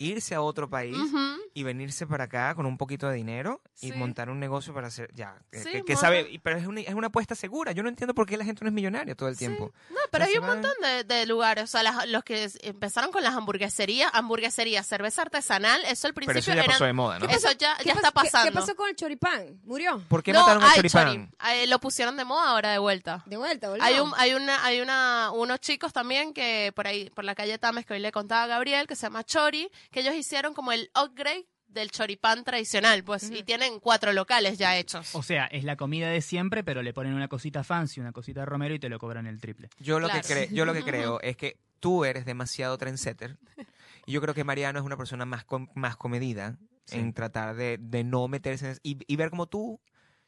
C: irse a otro país
B: Ujú.
C: y venirse para acá con un poquito de dinero y
B: Sí.
C: montar un negocio para hacer ya eh,
B: Sí,
C: que, que
B: monta-
C: sabe, y- pero es una, es una apuesta segura. Yo no entiendo por qué la gente no es millonaria todo el
B: Sí.
C: tiempo.
B: No, pero hay
C: se
B: un
C: van.
B: montón de, de lugares, o sea, las- los que es- empezaron con las hamburgueserías, hamburgueserías, cerveza artesanal, eso al
C: Pero
B: principio
C: eso ya
B: eran-
C: pasó de moda, ¿no?
D: ¿Qué
B: Eso
D: pasó-
B: ya,
D: ¿Qué
B: ya está
D: pasó- qué-
B: pasando.
D: ¿Qué pasó con el choripán? ¿Murió?
C: ¿Por qué
B: No,
C: mataron a
B: ay,
C: Choripán?
B: chori, eh, lo pusieron de moda ahora de vuelta.
D: De vuelta, volvió.
B: Hay un, hay una, hay una, unos chicos también que por ahí, por la calle Tames que hoy le contaba a Gabriel, que se llama Chori, que ellos hicieron como el upgrade del choripán tradicional, pues, y tienen cuatro locales ya hechos.
A: O sea, es la comida de siempre, pero le ponen una cosita fancy, una cosita romero y te lo cobran el triple.
C: Yo lo que
B: Claro.
C: cre- yo lo que creo es que tú eres demasiado trendsetter y yo creo que Mariano es una persona más com- más comedida en tratar de, de no meterse en y, y ver cómo tú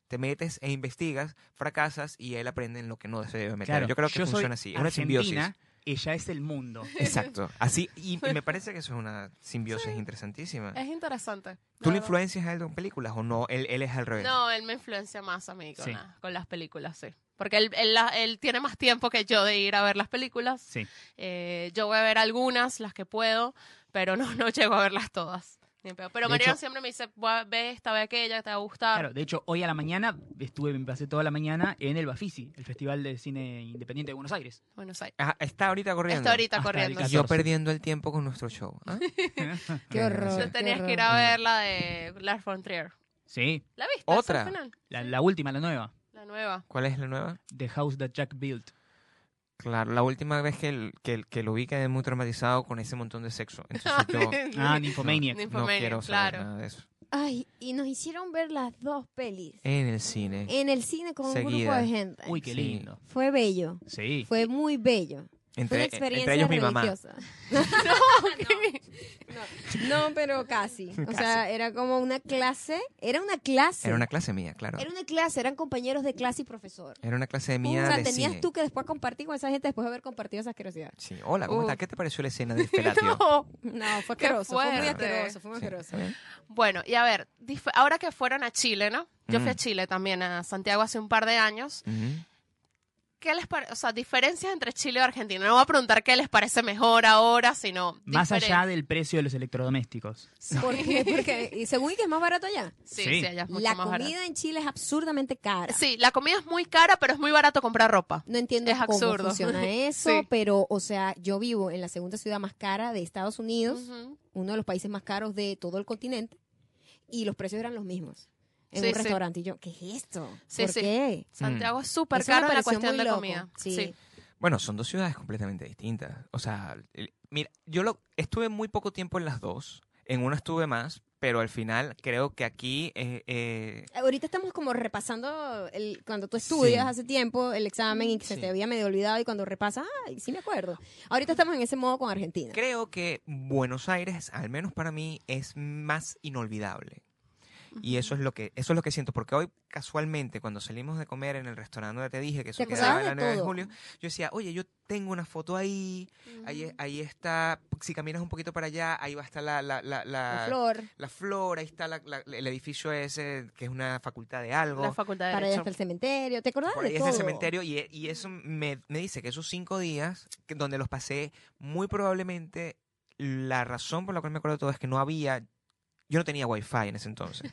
C: te metes e investigas, fracasas y él aprende en lo que no se debe meter.
A: Claro,
C: yo creo que
A: yo soy
C: funciona así, es una
A: Argentina,
C: simbiosis.
A: Ella es el mundo.
C: Exacto. Así y, y me parece que eso es una simbiosis interesantísima.
B: Es interesante.
C: ¿Tú
B: la
C: le
B: verdad.
C: influencias a él con películas o no? Él, él es al revés.
B: No, él me influencia más a mí con,
A: Sí.
B: la- con las películas, sí. Porque él, él, la- él tiene más tiempo que yo de ir a ver las películas.
A: Sí.
B: Eh, yo voy a ver algunas, las que puedo, pero no, no llego a verlas todas. Ni en pedo. Pero
A: De
B: Mariano
A: hecho-
B: siempre me dice, "Voy a- ve esta, ve aquella, te va a gustar.
A: Claro, de hecho, hoy a la mañana estuve, me pasé toda la mañana en el Bafisi, el Festival de Cine Independiente de Buenos Aires.
B: Buenos Aires.
C: Ajá, está ahorita corriendo.
B: Está ahorita
A: Hasta el
B: corriendo.
C: Y yo
A: 14.
C: perdiendo el tiempo con nuestro show. ¿ah?
D: Qué horror.
B: Tú
C: desgracia.
B: tenías
D: Qué
B: que ir a ver la de Lars von Trier.
A: Sí,
B: ¿La viste?
C: Otra.
B: ¿Esa al final?
A: la, la última, la nueva.
B: La nueva.
C: ¿Cuál es la nueva?
A: The House That Jack Built.
C: Claro, la última vez que, el- que, el- que lo vi quedé muy traumatizado con ese montón de sexo. Entonces yo no-
A: Ah, Nymphomaniac.
C: no,
B: Nymphomaniac,
C: quiero saber
B: claro.
C: nada de eso.
D: Ay, y nos hicieron ver las dos pelis.
C: En el cine.
D: En el cine con un grupo
C: Seguida.
D: de gente.
A: Uy, qué
C: Sí.
A: lindo.
D: Fue bello.
A: Sí.
D: Fue muy bello. Fue
C: Entre,
D: una
C: entre
D: experiencia
C: ellos mi mamá.
D: religiosa. No, pero casi. O sea, era como una clase. Era una clase.
C: Era una clase mía, claro.
D: Era una clase, eran compañeros de clase y profesor.
C: Era una clase mía
D: o sea,
C: de
D: tenías
C: cine.
D: tú que después compartir con esa gente después de haber compartido esa asquerosidad.
C: Sí, hola, ¿cómo
B: Uh.
C: estás? ¿Qué te pareció la escena de Felatio?
B: No.
D: No, fue
B: Qué
D: asqueroso, fue muy
B: fuerte.
D: asqueroso, fue muy asqueroso.
B: Bueno, y a ver, dif- ahora que fueron a Chile, ¿no? Yo fui a
C: Mm.
B: Chile también, a Santiago hace un par de años. ¿Qué les parece? O sea, diferencias entre Chile y Argentina. No voy a preguntar qué les parece mejor ahora, sino.
A: Más
B: diferen-
A: allá del precio de los electrodomésticos.
D: ¿Por qué? Porque, y según y que es más barato allá.
B: Sí,
A: Sí.
B: sí, allá es mucho
D: La
B: más
D: comida
B: barato.
D: en Chile es absurdamente cara.
B: Sí, la comida es muy cara, pero es muy barato comprar ropa.
D: No entiendo
B: Es
D: cómo
B: absurdo.
D: funciona eso,
B: Sí.
D: pero, o sea, yo vivo en la segunda ciudad más cara de Estados Unidos,
B: Ujú.
D: uno de los países más caros de todo el continente, y los precios eran los mismos en
B: Sí,
D: un
B: sí.
D: restaurante. Y yo, ¿qué es esto?
B: Sí,
D: ¿Por
B: sí.
D: qué?
B: Santiago es súper
D: Mm. Eso me
B: caro en la
D: pareció
B: cuestión
D: muy
B: de
D: loco.
B: comida.
D: Sí.
C: Bueno, son dos ciudades completamente distintas. O sea, el- mira, yo lo, estuve muy poco tiempo en las dos. En una estuve más, pero al final creo que aquí... eh, eh,
D: Ahorita estamos como repasando el, cuando tú estudias
C: Sí.
D: hace tiempo el examen y que se
C: Sí.
D: te había medio olvidado y cuando repasas, ay, sí me acuerdo. Ahorita estamos en ese modo con Argentina.
C: creo que Buenos Aires, al menos para mí, es más inolvidable. Y eso es lo que eso es lo que siento porque hoy casualmente cuando salimos de comer en el restaurante donde te dije que eso
D: ¿Te
C: quedaba
D: acordabas
C: en
D: de
C: la 9 de
D: todo?
C: julio, yo decía, "Oye, yo tengo una foto ahí, ahí, ahí está, si caminas un poquito para allá, ahí va a estar la la la, la-
D: La flor,
C: la flor, ahí está la- la- el edificio ese que es una facultad de algo.
B: La facultad de
D: para allá
B: Derecho.
D: está el cementerio. ¿Te acordás
C: Ah, Por
D: de
C: ahí es
D: todo?
C: el cementerio y, y eso me, me dice que esos cinco días que- donde los pasé, muy probablemente la razón por la cual me acuerdo de todo es que no había, yo no tenía wifi en ese entonces.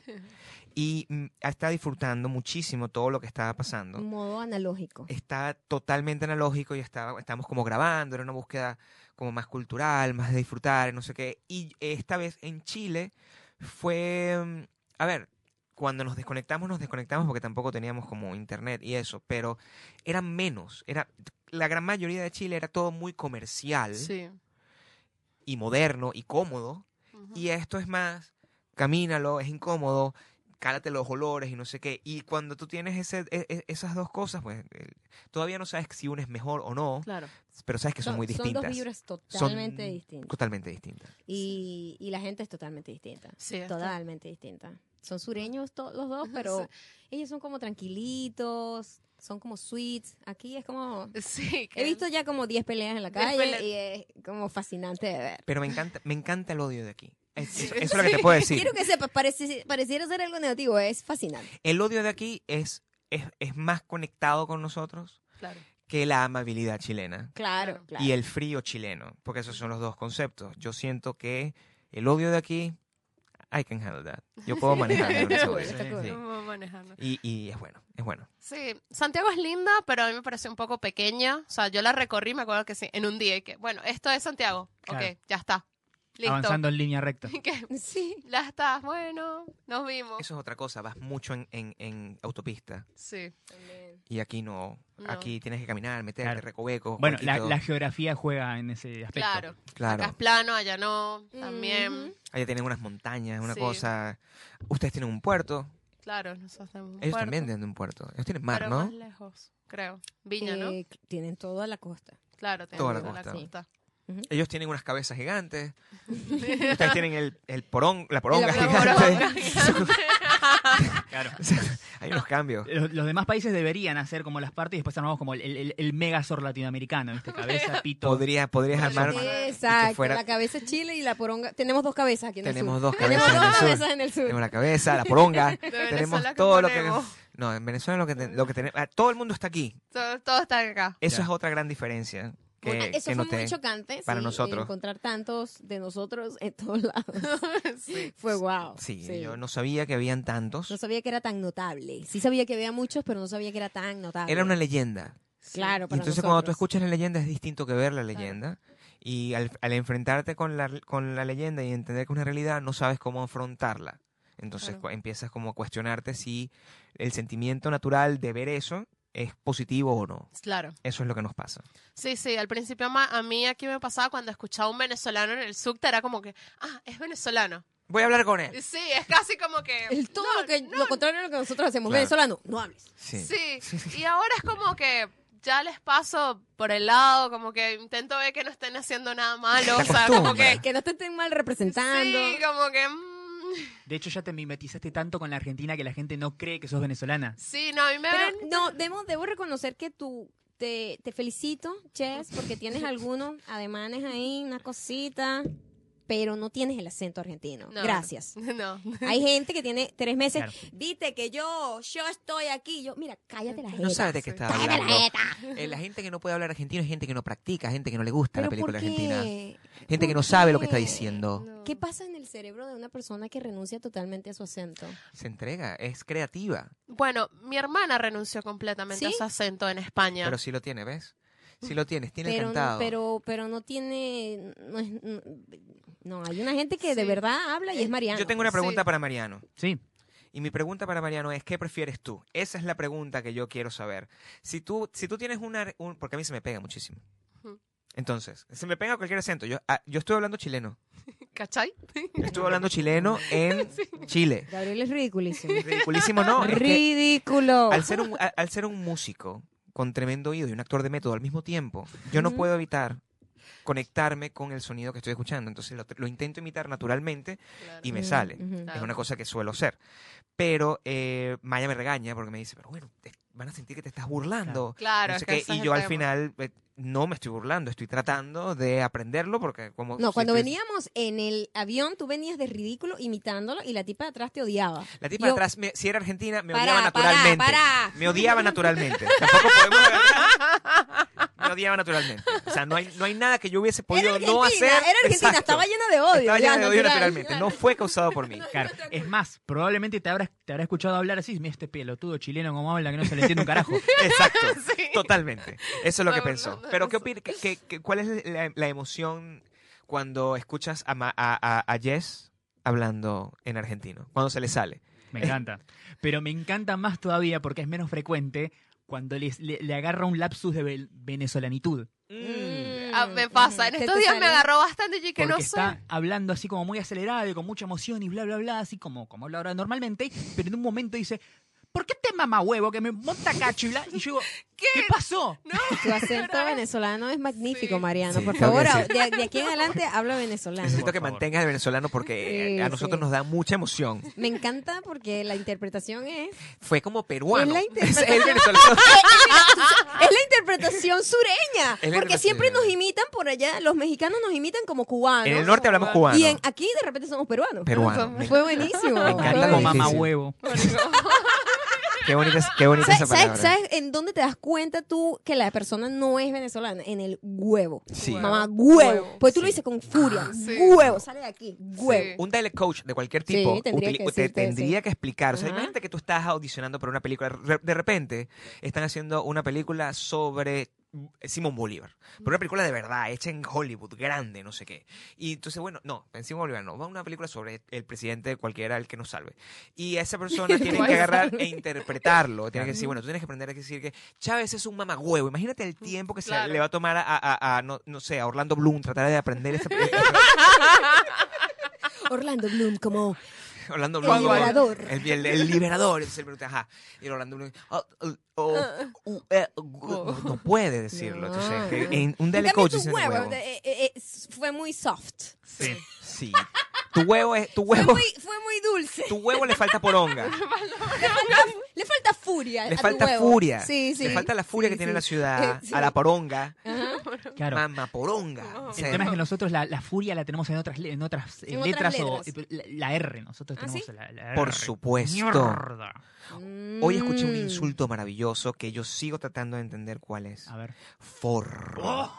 C: Y mm, estaba disfrutando muchísimo todo lo que estaba pasando.
D: Modo analógico.
C: Estaba totalmente analógico y estaba, estábamos como grabando, era una búsqueda como más cultural, más de disfrutar, no sé qué. Y esta vez en Chile fue, mm, a ver, cuando nos desconectamos, nos desconectamos porque tampoco teníamos como internet y eso, pero era menos, era, la gran mayoría de Chile era todo muy comercial
B: Sí.
C: y moderno y cómodo,
B: Ujú.
C: y esto es más, camínalo, es incómodo, cálate los olores y no sé qué. Y cuando tú tienes ese, e- e- esas dos cosas, pues eh, todavía no sabes si una es mejor o no,
B: Claro.
C: pero sabes que son, muy distintas.
D: dos vibras
C: Son
D: totalmente distintas.
C: Totalmente distintas.
D: Y, y la gente es totalmente distinta.
B: Sí, está.
D: totalmente distinta. Son sureños to- los dos, pero ellos son como tranquilitos, son como sweets. Aquí es como...
B: Sí. que-
D: He visto ya como 10 peleas en la
B: Diez peleas.
D: calle y es como fascinante de ver.
C: Pero me encanta, me encanta el odio de aquí. Es-
B: Sí.
C: eso, eso es lo que te puedo decir.
D: Quiero que sepas, pareci- pareciera ser algo negativo, es fascinante.
C: El odio de aquí es, es, es más conectado con nosotros
B: Claro.
C: que la amabilidad chilena
D: Claro,
B: Claro.
D: claro.
C: y el frío chileno, porque esos son los dos conceptos. Yo siento que el odio de aquí, I can handle that. Yo puedo manejarlo. en ese
D: Cool,
C: momento.
D: está cool.
C: Sí.
B: No voy a manejarlo.
C: Y, y es bueno, es bueno.
B: Sí, Santiago es linda, pero a mí me pareció un poco pequeña. O sea, yo la recorrí, me acuerdo que sí, en un día. Y que, bueno, esto es Santiago.
A: Claro.
B: Ok, ya está. Listo.
A: Avanzando en línea recta.
B: Y que,
D: Sí.
B: ya está, bueno, nos vimos.
C: Eso es otra cosa, vas mucho en, en, en autopista
B: Sí.
C: y aquí no.
B: No.
C: Aquí tienes que caminar, meterte,
A: Claro.
C: recoveco.
A: Bueno, la,
C: huequito.
A: la geografía juega en ese aspecto.
B: Claro.
C: Claro.
B: Acá es plano, allá no. También.
D: Ujú.
C: Allá tienen unas montañas, una
B: Sí.
C: cosa. Ustedes tienen un puerto.
B: Claro, nosotros tenemos un
C: Ellos
B: puerto,
C: también tienen un puerto. Ellos tienen
B: pero
C: mar, ¿no?
B: más lejos, creo. Viña, ¿no?
D: Eh, Tienen toda la costa.
B: Claro,
C: toda la
B: tenemos toda la
D: costa.
B: costa.
C: Ellos tienen unas cabezas gigantes. Ustedes tienen el, el porón, la poronga
D: La
C: gigante.
B: poronga gigante.
A: Claro.
C: O sea, Hay unos cambios.
A: Los, los demás países deberían hacer como las partes y después armamos como el, el, el megazord latinoamericano, ¿viste? Cabeza, pito.
C: Podría, podrías
B: Podría
C: armar.
B: ser.
C: y que
D: Exacto,
C: fuera-
D: la cabeza es Chile y la poronga. Tenemos dos cabezas aquí en
C: Tenemos
D: el sur.
C: dos cabezas
D: Tenemos
C: en el
D: dos
C: sur.
D: cabezas en el sur.
C: Tenemos la cabeza, la poronga. tenemos
B: Venezuela, ¿qué
C: todo lo que.
B: ponemos?
C: No, en Venezuela lo que, ten- lo que tenemos. ah, Todo el mundo está aquí.
B: Todo, todo está acá.
C: Eso
A: Ya.
C: es otra gran diferencia. Que,
D: Ah, Eso
C: que
D: fue
C: noté.
D: muy chocante.
C: para
D: sí,
C: nosotros.
D: Encontrar tantos de nosotros en todos lados.
B: Sí.
D: Fue wow.
C: Sí, yo no sabía que habían tantos.
D: No sabía que era tan notable. Sí sabía que había muchos, pero no sabía que era tan notable.
C: Era una leyenda.
D: Claro,
C: Y
D: para
C: entonces cuando tú
D: nosotros.
C: escuchas la leyenda es distinto que ver la leyenda. Y al, al enfrentarte con la, con la leyenda y entender que es una realidad, no sabes cómo afrontarla. Entonces
B: Claro.
C: cu- empiezas como a cuestionarte si el sentimiento natural de ver eso es positivo o no.
B: Claro.
C: Eso es lo que nos pasa.
B: Sí, sí, al principio ma- a mí aquí me pasaba cuando escuchaba a un venezolano en el subte, era como que, ah, es venezolano.
C: Voy a hablar con él.
B: Sí, es casi como que...
D: El todo
B: no,
D: lo, que,
B: no,
D: lo contrario a lo que nosotros hacemos.
C: Claro.
D: Venezolano, no hables.
C: Sí.
B: Sí, y ahora es como que ya les paso por el lado, como que intento ver que no estén haciendo nada malo,
C: Te
B: o sea, como
C: acostumbras.
B: que...
D: Que no te estén mal representando.
B: Sí, como que... mm,
A: De hecho, ya te mimetizaste tanto con la Argentina que la gente no cree que sos venezolana.
B: sí, Ah, no, a mí me
D: Pero,
B: ven...
D: no, debo, debo reconocer que tú te, te felicito, Chess, porque tienes algunos ademanes ahí, una cosita, pero no tienes el acento argentino.
B: No.
D: Gracias.
B: No.
D: Hay gente que tiene tres meses.
A: Claro.
D: Dite que yo, yo estoy aquí. Yo, mira, cállate la jeta.
C: No sabes de qué está
D: cállate
C: hablando.
D: la jeta.
C: Eh, la gente que no puede hablar argentino es gente que no practica, gente que no le gusta la
D: Pero ¿por
C: película
D: qué?
C: argentina. Gente
D: ¿Por
C: que no sabe lo que está
D: qué?
C: diciendo.
B: No.
D: ¿Qué pasa en el cerebro de una persona que renuncia totalmente a su acento?
C: Se entrega, es creativa,
B: Bueno, mi hermana renunció completamente a
D: ¿Sí?
B: su acento en España.
C: pero sí lo tiene, ¿ves? Sí lo tienes, tiene el
D: pero, no,
C: cantado.
D: pero, pero no tiene. No, es- no- no, hay una gente que de
B: Sí.
D: verdad habla y es mariana.
C: Yo tengo una pregunta
B: Sí.
C: para Mariano.
A: Sí.
C: Y mi pregunta para Mariano es, ¿qué prefieres tú? Esa es la pregunta que yo quiero saber. Si tú, si tú tienes una, un- porque a mí se me pega muchísimo.
B: Ujú.
C: Entonces, se me pega cualquier acento. Yo, ah, yo estuve hablando chileno.
B: ¿Cachai?
C: Yo estuve hablando chileno en Chile.
D: Gabriel es ridiculísimo.
C: Ridiculísimo, ¿no? Es que
D: Ridículo.
C: al, ser un, a- al ser un músico con tremendo oído y un actor de método al mismo tiempo, yo no
D: Ujú.
C: puedo evitar conectarme con el sonido que estoy escuchando. Entonces lo, lo intento imitar naturalmente y me
D: Ujú,
C: sale.
D: Mm, ujú.
B: Claro.
C: Es una cosa que suelo hacer. Pero eh, Maya me regaña porque me dice, pero bueno, te- van a sentir que te estás burlando.
B: Claro,
C: No sé
B: es que
C: qué.
B: ese es
C: Y
B: el
C: yo al
B: tema.
C: final eh, no me estoy burlando, estoy tratando de aprenderlo porque como...
D: No,
C: si
D: cuando
C: estoy-
D: veníamos en el avión, tú venías de ridículo imitándolo y la tipa de atrás te odiaba.
C: La
D: yo-
C: tipa de atrás, me- si era argentina, me
D: Pará,
C: odiaba
D: pará,
C: naturalmente.
D: pará.
C: Me odiaba naturalmente. Tampoco podemos hablar. Me odiaba naturalmente. O sea, no hay, no hay nada que yo hubiese
D: Era
C: podido
D: Argentina,
C: no hacer.
D: era Argentina,
C: Exacto.
D: estaba llena de odio.
C: Estaba
D: ya,
C: llena de odio
D: natural.
C: naturalmente. No fue causado por mí.
A: Claro. Es más, probablemente te habrás, te habrá escuchado hablar así. Mira este pelotudo chileno como habla que no se le entiende un carajo.
C: Exacto.
B: Sí.
C: Totalmente. Eso es lo que
B: Estaba
C: pensó.
B: hablando de
C: Pero ¿qué
B: eso.
C: opina- qué- qué- qué- ¿cuál es la, la emoción cuando escuchas a, Ma- a, a- a Jess hablando en argentino? Cuando se le sale.
A: Me encanta. Pero me encanta más todavía porque es menos frecuente cuando les- le, le agarra un lapsus de vel- venesolanitud.
D: Mm,
B: Ah, me pasa. En
D: ¿Te-
B: estos
D: te
B: días
D: sale?
B: me agarró bastante y que
A: porque
B: no
A: está
B: soy.
A: hablando así como muy acelerado y con mucha emoción y bla, bla, bla, así como, como habla ahora normalmente, pero en un momento dice, ¿por qué te mama huevo que me monta cacho? Y, bla?" y yo digo, ¿qué, pasó?
D: Tu acento venezolano es magnífico,
B: Sí.
D: Mariano.
C: Sí,
D: por
C: tengo
D: favor,
C: que
D: a- de, de aquí en adelante habla venezolano.
C: Necesito
A: Por
C: que
A: favor.
C: mantengas el venezolano porque
D: Sí,
C: eh, a nosotros
D: sí.
C: nos da mucha emoción.
D: Me encanta porque la interpretación es...
C: Fue como peruano.
D: Es la interpretación.
C: el venezolano.
D: Es la interpretación sureña.
C: Es la
D: porque
C: interpretación.
D: siempre nos imitan por allá. Los mexicanos nos imitan como cubanos.
C: En el norte hablamos cubano.
D: Y en, aquí de repente somos peruanos.
C: Peruano. Me-
D: Fue buenísimo.
C: Me encanta
D: Fue
A: Canta con
D: buenísimo.
C: como
A: mamá
C: difícil.
A: huevo.
C: Qué bonita, es- qué bonita esa
D: ¿Sabes,
C: palabra.
D: sabes- sabes en dónde te das cuenta tú que la persona no es venezolana? En el huevo.
C: Sí.
B: Huevo.
D: Mamá, huevo.
B: Huevo. Ah,
D: Pues tú lo dices con furia.
B: Sí.
D: Huevo, sale de aquí. Huevo.
C: Un dialect coach de cualquier
D: Sí,
C: tipo
D: tendría
C: utili-
D: que
C: te-
D: decirte
C: tendría que explicar. O sea,
D: Ajá.
C: imagínate que tú estás audicionando para una película. Re- De repente están haciendo una película sobre Simón Bolívar. Pero una película de verdad, hecha en Hollywood, grande, no sé qué. Y entonces, bueno, no, en Simón Bolívar no. Va una película sobre el presidente cualquiera, el que nos salve. Y a esa persona tiene que agarrar e interpretarlo. Tiene que decir, bueno, tú tienes que aprender a decir que Chávez es un mamagüevo. Imagínate el tiempo que se
B: Claro.
C: le va a tomar a, a- a- no, no sé, a Orlando Bloom tratar de aprender esa película.
D: Orlando Bloom como
C: Orlando
D: El
C: Bloom.
D: liberador.
C: El, el- el liberador. Entonces, el pregunta, ajá. Y el Orlando Bloom. oh, oh, oh, uh, eh, gu- no, no puede decirlo. Entonces,
D: Oh. No.
C: que en un
D: En
C: dale
D: cambio,
C: coach
D: tu
C: dicen
D: huevo,
C: huevo.
D: eh, eh, eh, fue muy soft.
A: Sí.
C: Sí. Tu huevo es. Tu
D: Fue
C: huevo.
D: muy, fue muy dulce.
C: Tu huevo le falta poronga.
D: Le falta, le falta furia. a
C: Le
D: tu
C: falta
D: huevo.
C: furia.
D: Sí, sí.
C: Le falta la furia
D: Sí,
C: que tiene
D: sí.
C: la ciudad.
D: Eh, sí. Oh.
C: A la poronga.
A: Claro.
C: Mamá, poronga. O sea,
A: El tema es que nosotros la, la furia la tenemos en otras, le- en otras, eh,
D: En otras
A: letras, o
D: letras.
A: la, la R. Nosotros
D: ¿Ah,
A: tenemos
D: sí?
A: la, la R.
C: Por supuesto.
A: Mierda.
C: Hoy escuché un
D: Mm.
C: insulto maravilloso que yo sigo tratando de entender cuál es.
A: A ver. Oh.
C: Forro.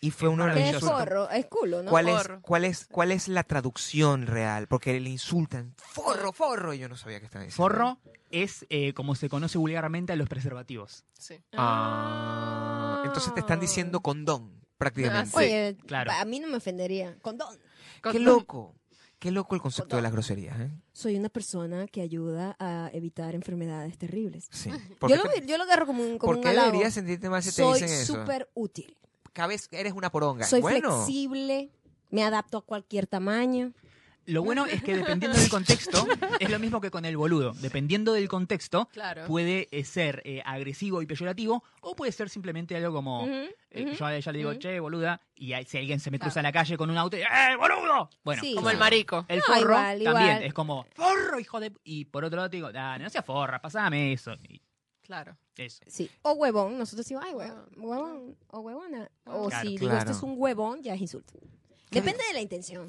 C: Y fue uno de los
D: ¿Qué es
C: insultos
D: forro? Es culo, ¿no?
C: ¿Cuál es,
B: Forro.
C: cuál, es, ¿Cuál es la traducción real? Porque le insultan forro, forro. Y yo no sabía que estaban diciendo.
A: Forro es eh, como se conoce vulgarmente a los preservativos.
B: Sí.
C: Ah, entonces te están diciendo condón, prácticamente.
B: Ah, sí.
D: Oye,
A: Claro.
D: a mí no me ofendería. Condón.
C: Qué
B: Con-
C: loco. Qué loco el concepto de las groserías, ¿eh?
D: Soy una persona que ayuda a evitar enfermedades terribles.
C: Sí. ¿Por
D: Yo
C: qué
D: lo,
C: te-
D: yo lo agarro como un, como
C: ¿Por
D: un
C: qué
D: halago.
C: deberías sentirte mal si te
D: Soy
C: dicen eso?
D: súper útil.
C: Cabez- eres una poronga.
D: Soy
C: bueno,
D: flexible. Me adapto a cualquier tamaño.
A: Lo bueno es que dependiendo del contexto, es lo mismo que con el boludo. Dependiendo del contexto,
B: Claro.
A: puede eh, ser eh, agresivo y peyorativo o puede ser simplemente algo como...
D: Ujú,
A: eh,
D: ujú.
A: yo a ella le digo,
D: ujú.
A: che, boluda, y ahí- si alguien se me cruza a
B: Claro.
A: la calle con un auto, ¡eh, boludo! Bueno,
D: Sí.
B: Como el
D: Claro.
B: marico.
A: el
D: No,
A: forro
D: igual,
A: también
D: igual.
A: es como, forro, hijo de... Y por otro lado te digo, dale, no seas forra, pasame eso. Y
B: Claro.
A: eso.
D: Sí. O huevón. Nosotros decimos, ay, huevón, huevón o huevona. O
A: Claro,
D: si digo,
C: claro.
D: este es un huevón, ya es insulto. Depende de la intención.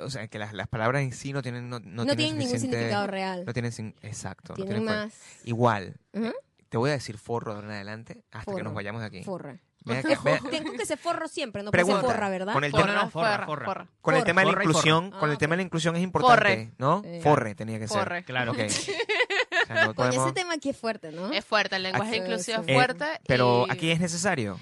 C: O sea, que las, las palabras en sí no tienen, no, no
D: No, tienen ningún
C: suficiente-
D: significado real.
C: No tienen, sin- exacto. no
D: tienen
C: tienen
D: más
C: fuerza. Igual,
D: Ujú.
C: te voy a decir forro de ahora en adelante hasta que
D: Forro.
C: nos vayamos de aquí.
D: forra.
C: Ven acá, ven-
D: Tengo que ser forro siempre, no puede
C: Pregunta,
D: ser forra, ¿verdad?
C: con el
A: Forra,
C: tema,
A: no, forra,
B: forra,
A: forra.
B: forra.
C: con el
D: Forra.
C: tema de la
A: Forra y forra.
C: inclusión, con
D: Ah,
C: el
D: ok.
C: tema de la inclusión es importante,
B: Forre.
C: ¿no?
D: Sí.
C: Forre tenía que ser.
B: Forre.
A: Claro.
C: Ok. O sea, no
D: Porque
C: podemos-
D: ese tema aquí es fuerte, ¿no?
B: Es fuerte, el lenguaje
D: Aquí-
B: inclusivo es
D: Eh,
B: fuerte.
C: Pero
B: y-
C: aquí es necesario.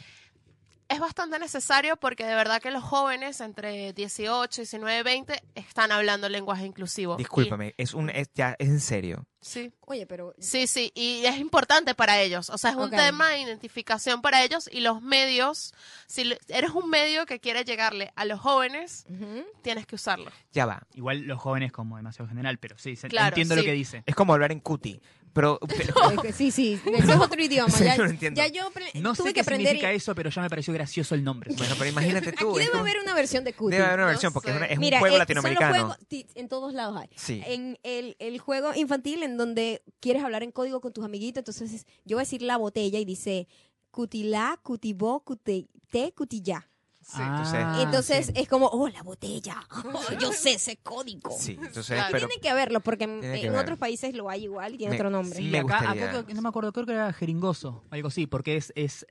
B: es bastante necesario porque de verdad que los jóvenes entre 18, 19, 20 están hablando el lenguaje inclusivo.
C: Discúlpame, es un es, ya es en serio.
B: Y- sí,
D: Oye, pero
B: sí, sí, y es importante para ellos. O sea, es un
D: Ok.
B: tema de identificación para ellos y los medios, si lo- eres un medio que quiere llegarle a los jóvenes,
D: Ujú.
B: tienes que usarlo.
C: Ya va.
A: Igual los jóvenes como demasiado general, pero sí, se-
B: Claro,
A: entiendo
B: sí.
A: lo que dice.
C: Es como hablar en cuti, pero, pero-
D: Eh, Sí, sí, eso es otro idioma.
C: Sí,
D: ya,
C: yo lo entiendo.
D: ya yo pre-
A: No
D: tuve
A: sé
D: que
A: qué
D: aprender.
A: significa eso, pero ya me pareció gracioso el nombre.
C: bueno, pero imagínate tú,
D: Aquí
C: es
D: debe
C: como-
D: haber una versión de Cuti.
C: debe haber una
B: No
C: versión porque es,
B: sé.
C: una- es
D: Mira,
C: un juego
D: eh,
C: latinoamericano.
D: Son los juegos, ti- en todos lados hay.
C: Sí.
D: En el, el juego infantil en donde quieres hablar en código con tus amiguitos, entonces es- yo voy a decir la botella y dice cutilá, cutibó, cutité, cutillá.
C: Ah,
D: entonces es como, oh, la botella. yo sé ese código.
C: Sí, entonces,
B: Claro.
C: pero
D: Tiene que haberlo porque en,
C: Tiene que
D: en
C: ver.
D: otros países lo hay igual y tiene
C: Me-
D: otro nombre.
A: Sí,
C: Me
A: acá,
C: gustaría.
A: acá creo que- no me acuerdo, creo que era jeringoso, algo así, porque es, es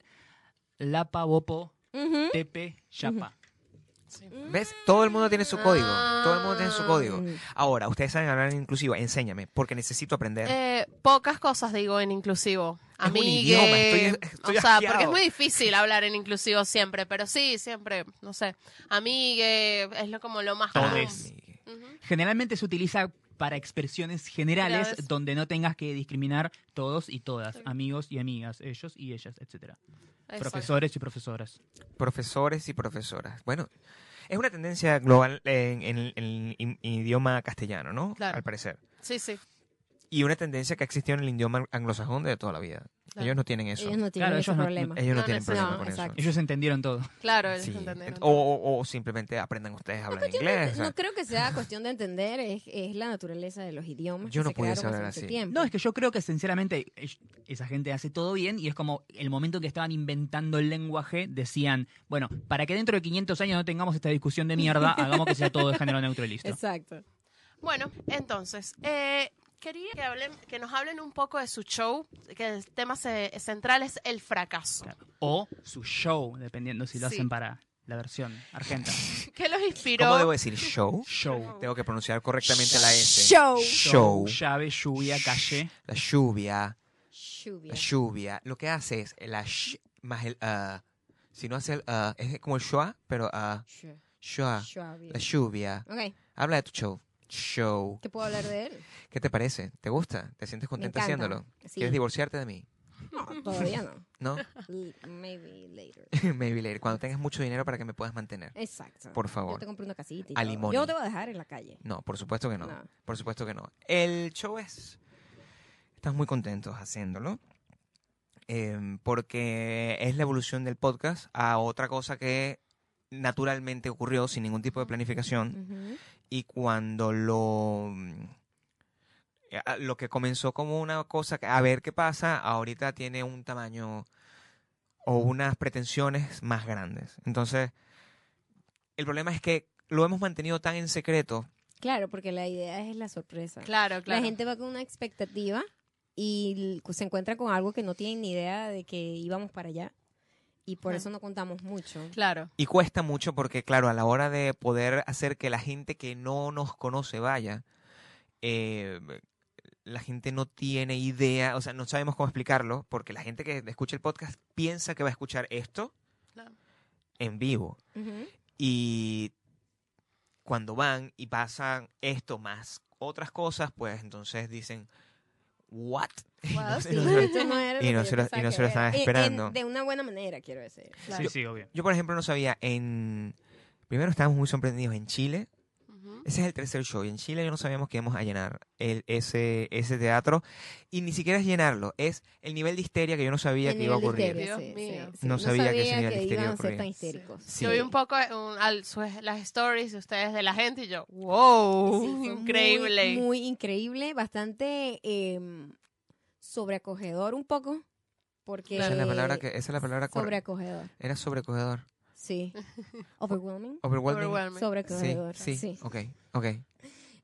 A: Lapa, Bopo,
D: Ujú.
A: Tepe, Chapa.
C: ¿Ves? Todo el mundo tiene su código. Todo el mundo tiene su código.
D: Mm.
C: Ahora, ustedes saben hablar en inclusiva. Enséñame, porque necesito aprender.
B: Eh, pocas cosas digo en inclusivo.
C: Es un
B: Amigue.
C: idioma, estoy- estoy
B: o sea,
C: asqueado.
B: porque es muy difícil hablar en inclusivo siempre, pero sí, siempre, no sé. Amigue, es lo, como lo
C: Ah,
B: más común.
A: Todes. Generalmente se utiliza para expresiones generales
B: Generales.
A: donde no tengas que discriminar todos y todas, amigos y amigas, ellos y ellas, etcétera.
B: Exacto.
A: Profesores y profesoras.
C: Profesores y profesoras. Bueno, es una tendencia global en, en- en el idioma castellano, ¿no?
B: Claro.
C: Al parecer.
B: Sí, sí.
C: Y una tendencia que existió en el idioma anglosajón de toda la vida.
B: Claro.
C: Ellos no tienen eso.
D: Ellos no tienen
A: Claro,
D: ese
A: ellos no-
D: problema.
C: Ellos no
B: No,
C: tienen
B: no,
C: problema
D: no,
C: con
D: exacto.
A: Ellos entendieron todo.
B: Claro,
C: eso.
B: ellos
C: Sí. Oh.
B: entendieron.
C: O, o- o simplemente aprendan ustedes a hablar inglés. o sea,
D: No creo que sea cuestión de entender, es, es la naturaleza de los idiomas.
C: Yo
D: que
C: no
D: se
C: pudiese
D: quedaron hace
C: hablar
D: mucho
C: así.
D: tiempo.
A: No, es que yo creo que sinceramente es- esa gente hace todo bien y es como el momento en que estaban inventando el lenguaje decían, bueno, para que dentro de 500 años no tengamos esta discusión de mierda, hagamos que sea todo de género neutro y listo.
D: Exacto.
B: Bueno, entonces, eh, quería que, hablen, que nos hablen un poco de su show, que el tema se- central es el fracaso.
A: O su show, dependiendo si lo
B: Sí.
A: hacen para la versión argentina.
B: ¿Qué los inspiró?
C: ¿Cómo debo decir show?
A: Show.
C: Tengo que pronunciar correctamente la S.
D: Show.
C: Show.
A: Llave, lluvia, calle.
C: La lluvia.
D: Lluvia.
C: La lluvia. Lo que hace es la sh más el ah. Si no hace el ah, es como el shua, pero ah,
D: Lluvia.
C: shua. La lluvia.
D: Ok,
C: Habla de tu show. Show.
D: ¿qué puedo hablar de él?
C: ¿Qué te parece? ¿Te gusta? ¿Te sientes contenta
D: encanta.
C: haciéndolo?
D: Sí.
C: ¿Quieres divorciarte de mí?
D: No, todavía no.
C: ¿No?
D: L- Maybe later.
C: Maybe later. Cuando tengas mucho dinero para que me puedas mantener.
D: Exacto.
C: Por
D: Yo
C: favor.
D: te compro una casita. Y
C: A
D: todo.
C: limón.
D: Yo no te voy a dejar en la calle.
C: No, por supuesto que no.
D: No.
C: Por supuesto que no. El show es. Estamos muy contentos haciéndolo. em, porque es la evolución del podcast a otra cosa que naturalmente ocurrió sin ningún tipo de planificación.
D: Ujú.
C: Y cuando lo. mm, a- Lo que comenzó como una cosa, que, a ver qué pasa, ahorita tiene un tamaño o unas pretensiones más grandes. Entonces, el problema es que lo hemos mantenido tan en secreto
D: Claro, porque la idea es la sorpresa.
B: Claro, claro.
D: La gente va con una expectativa y l- se encuentra con algo que no tienen ni idea de que íbamos para allá. Y por
B: Ajá.
D: eso no contamos mucho.
B: Claro.
C: Y cuesta mucho porque, claro, a la hora de poder hacer que la gente que no nos conoce vaya, eh, la gente no tiene idea, o sea, no sabemos cómo explicarlo, porque la gente que escucha el podcast piensa que va a escuchar esto
B: Claro.
C: en vivo.
D: Ujú.
C: Y cuando van y pasan esto más otras cosas, pues entonces dicen, ¿what? Y no
D: Wow,
C: se
D: sí,
C: lo saben.
D: esto no era
C: y
D: que
C: no
D: yo
C: se lo- y
D: pensaba
C: no
D: que
C: se lo
D: era.
C: estaban
D: En- en-
C: esperando.
D: de una buena manera, quiero decir.
B: Claro.
A: Sí, sí, obvio.
C: Yo, por ejemplo, no sabía en... Primero estábamos muy sorprendidos en Chile
B: Ujú.
C: Ese es el tercer show. Y en Chile ya no sabíamos que íbamos a llenar el, ese, ese teatro. Y ni siquiera es llenarlo, es el nivel de histeria que yo no sabía
D: El
C: que iba a
D: nivel de
C: ocurrir.
D: histeria,
B: Dios mío.
C: No sabía que ese nivel de histeria
D: iban a ser
C: ocurría.
D: tan histéricos.
C: Sí.
B: Yo vi un poco eh, un- al- su- las stories de ustedes de la gente y yo, wow,
D: Sí, fue muy,
B: uh, increíble.
D: Muy, increíble, bastante em, sobreacogedor un poco. Porque
C: Esa es la palabra, que, esa es la palabra correcta.
D: sobreacogedor,
C: Era sobrecogedor.
D: sí. Overwhelming.
C: Overwhelming.
B: Overwhelming.
C: Sí,
D: Sobreacogedor,
C: sí,
D: sí.
C: Ok, ok.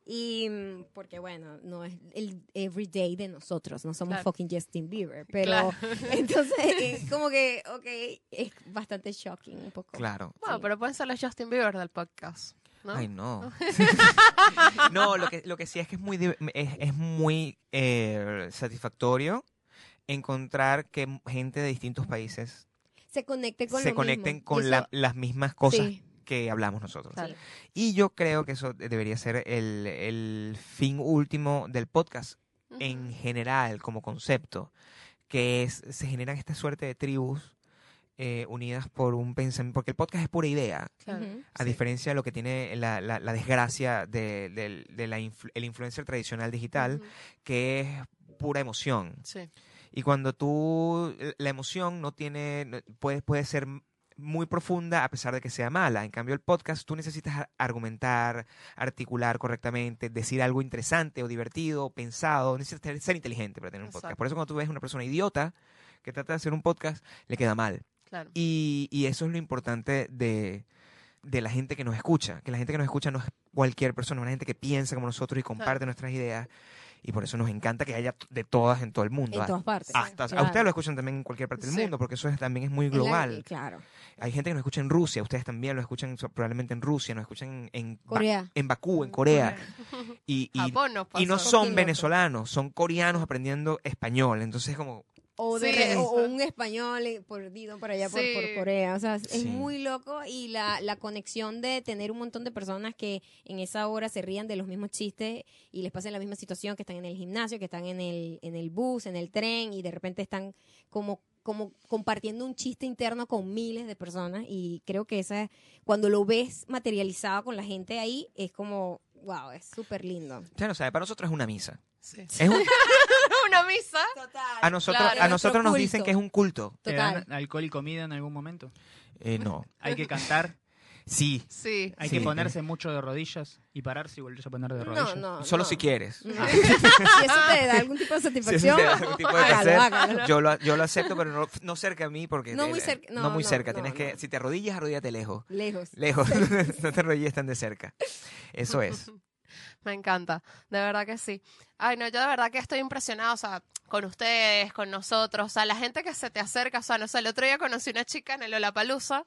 D: Y mm, porque bueno, no es el everyday de nosotros, no somos
B: Claro.
D: fucking Justin Bieber, pero
B: Claro.
D: entonces es como que, ok, es bastante shocking un poco.
C: Claro.
B: Bueno, pero pueden ser los Justin Bieber del podcast, ¿no?
C: Ay, no. no, lo que, lo que sí es que es muy, div- es, es muy eh, satisfactorio encontrar que m- gente de distintos países
D: Se conecten con
C: se
D: lo
C: conecten
D: mismo.
C: con
D: Y eso-
C: la- las mismas cosas
D: Sí.
C: que hablamos nosotros.
B: Claro.
C: Y yo creo que eso de- debería ser el, el fin último del podcast
B: Ujú.
C: en general, como concepto, que es, se generan esta suerte de tribus eh, unidas por un pensamiento, porque el podcast es pura idea.
B: Claro.
D: Ujú.
C: A diferencia de lo que tiene la, la- la desgracia de, del- de la influ- el influencer tradicional digital,
B: Ujú.
C: que es pura emoción.
B: Sí.
C: Y cuando tú, eh, la emoción no tiene, no- puede, puede ser m- muy profunda a pesar de que sea mala. En cambio, el podcast tú necesitas ar- argumentar, articular correctamente, decir algo interesante o divertido, o pensado. Necesitas tener- ser inteligente para tener un podcast.
B: Exacto.
C: Por eso cuando tú ves una persona idiota que trata de hacer un podcast, le queda mal.
B: Claro.
C: Y, y eso es lo importante de, de la gente que nos escucha. Que la gente que nos escucha no es cualquier persona, es una gente que piensa como nosotros y comparte nuestras ideas. Y por eso nos encanta que haya t- de todas en todo el mundo.
D: En todas partes.
C: Hasta- A
D: Claro.
C: ustedes lo escuchan también en cualquier parte del
B: Sí.
C: mundo, porque eso es- también es muy
D: Es la-
C: global.
D: claro.
C: Hay gente que nos escucha en Rusia, ustedes también lo escuchan so- probablemente en Rusia, nos escuchan en, en Ba-
D: Corea.
C: en Bakú, uh, en Corea. Y, y-
B: Japón nos pasó.
C: y no
D: Qué
C: son
D: loco.
C: venezolanos, son coreanos aprendiendo español. Entonces, como,
D: O, de
B: Sí,
D: re- o- o
B: eso.
D: un español eh, perdido por allá por,
B: Sí.
D: por Corea. O sea, es
C: Sí.
D: muy loco y la, la conexión de tener un montón de personas que en esa hora se rían de los mismos chistes y les pasa la misma situación, que están en el gimnasio, que están en el, en el bus, en el tren y de repente están como como compartiendo un chiste interno con miles de personas y creo que esa cuando lo ves materializado con la gente ahí es como wow es súper lindo
C: ya no sabe, para nosotros es una misa.
B: Sí.
C: Es un-
B: Una misa.
D: total
C: a nosotros,
B: Claro.
C: a nosotros nos
D: Nuestro
C: dicen
D: culto.
C: que es un culto.
A: ¿Te
D: total
A: dan alcohol y comida en algún momento?
C: Eh, no.
A: Hay que cantar,
C: Sí.
B: Sí.
A: hay
C: Sí.
A: que ponerse mucho de rodillas y pararse y volverse a poner de rodillas.
D: no no
C: Solo
D: no.
C: si quieres.
D: No. si eso te da algún tipo de
C: Si eso
D: satisfacción,
C: te da algún tipo de
D: hágalo,
C: placer,
D: hágalo.
C: Yo lo, yo lo acepto, pero no, no cerca a mí porque...
D: No
C: el-
D: muy
C: el-
D: cerca-
C: No,
D: no,
C: muy
D: no,
C: cerca.
D: no,
C: Tienes que...
D: no.
C: Si te arrodillas, arrodíllate lejos.
D: Lejos.
C: Lejos. no te arrodilles tan de cerca. Eso es.
B: Me encanta, de verdad que sí. Ay, no, yo de verdad que estoy impresionada, o sea, con ustedes, con nosotros, o sea, la gente que se te acerca, o sea, no sé, el otro día conocí una chica en el Olapalooza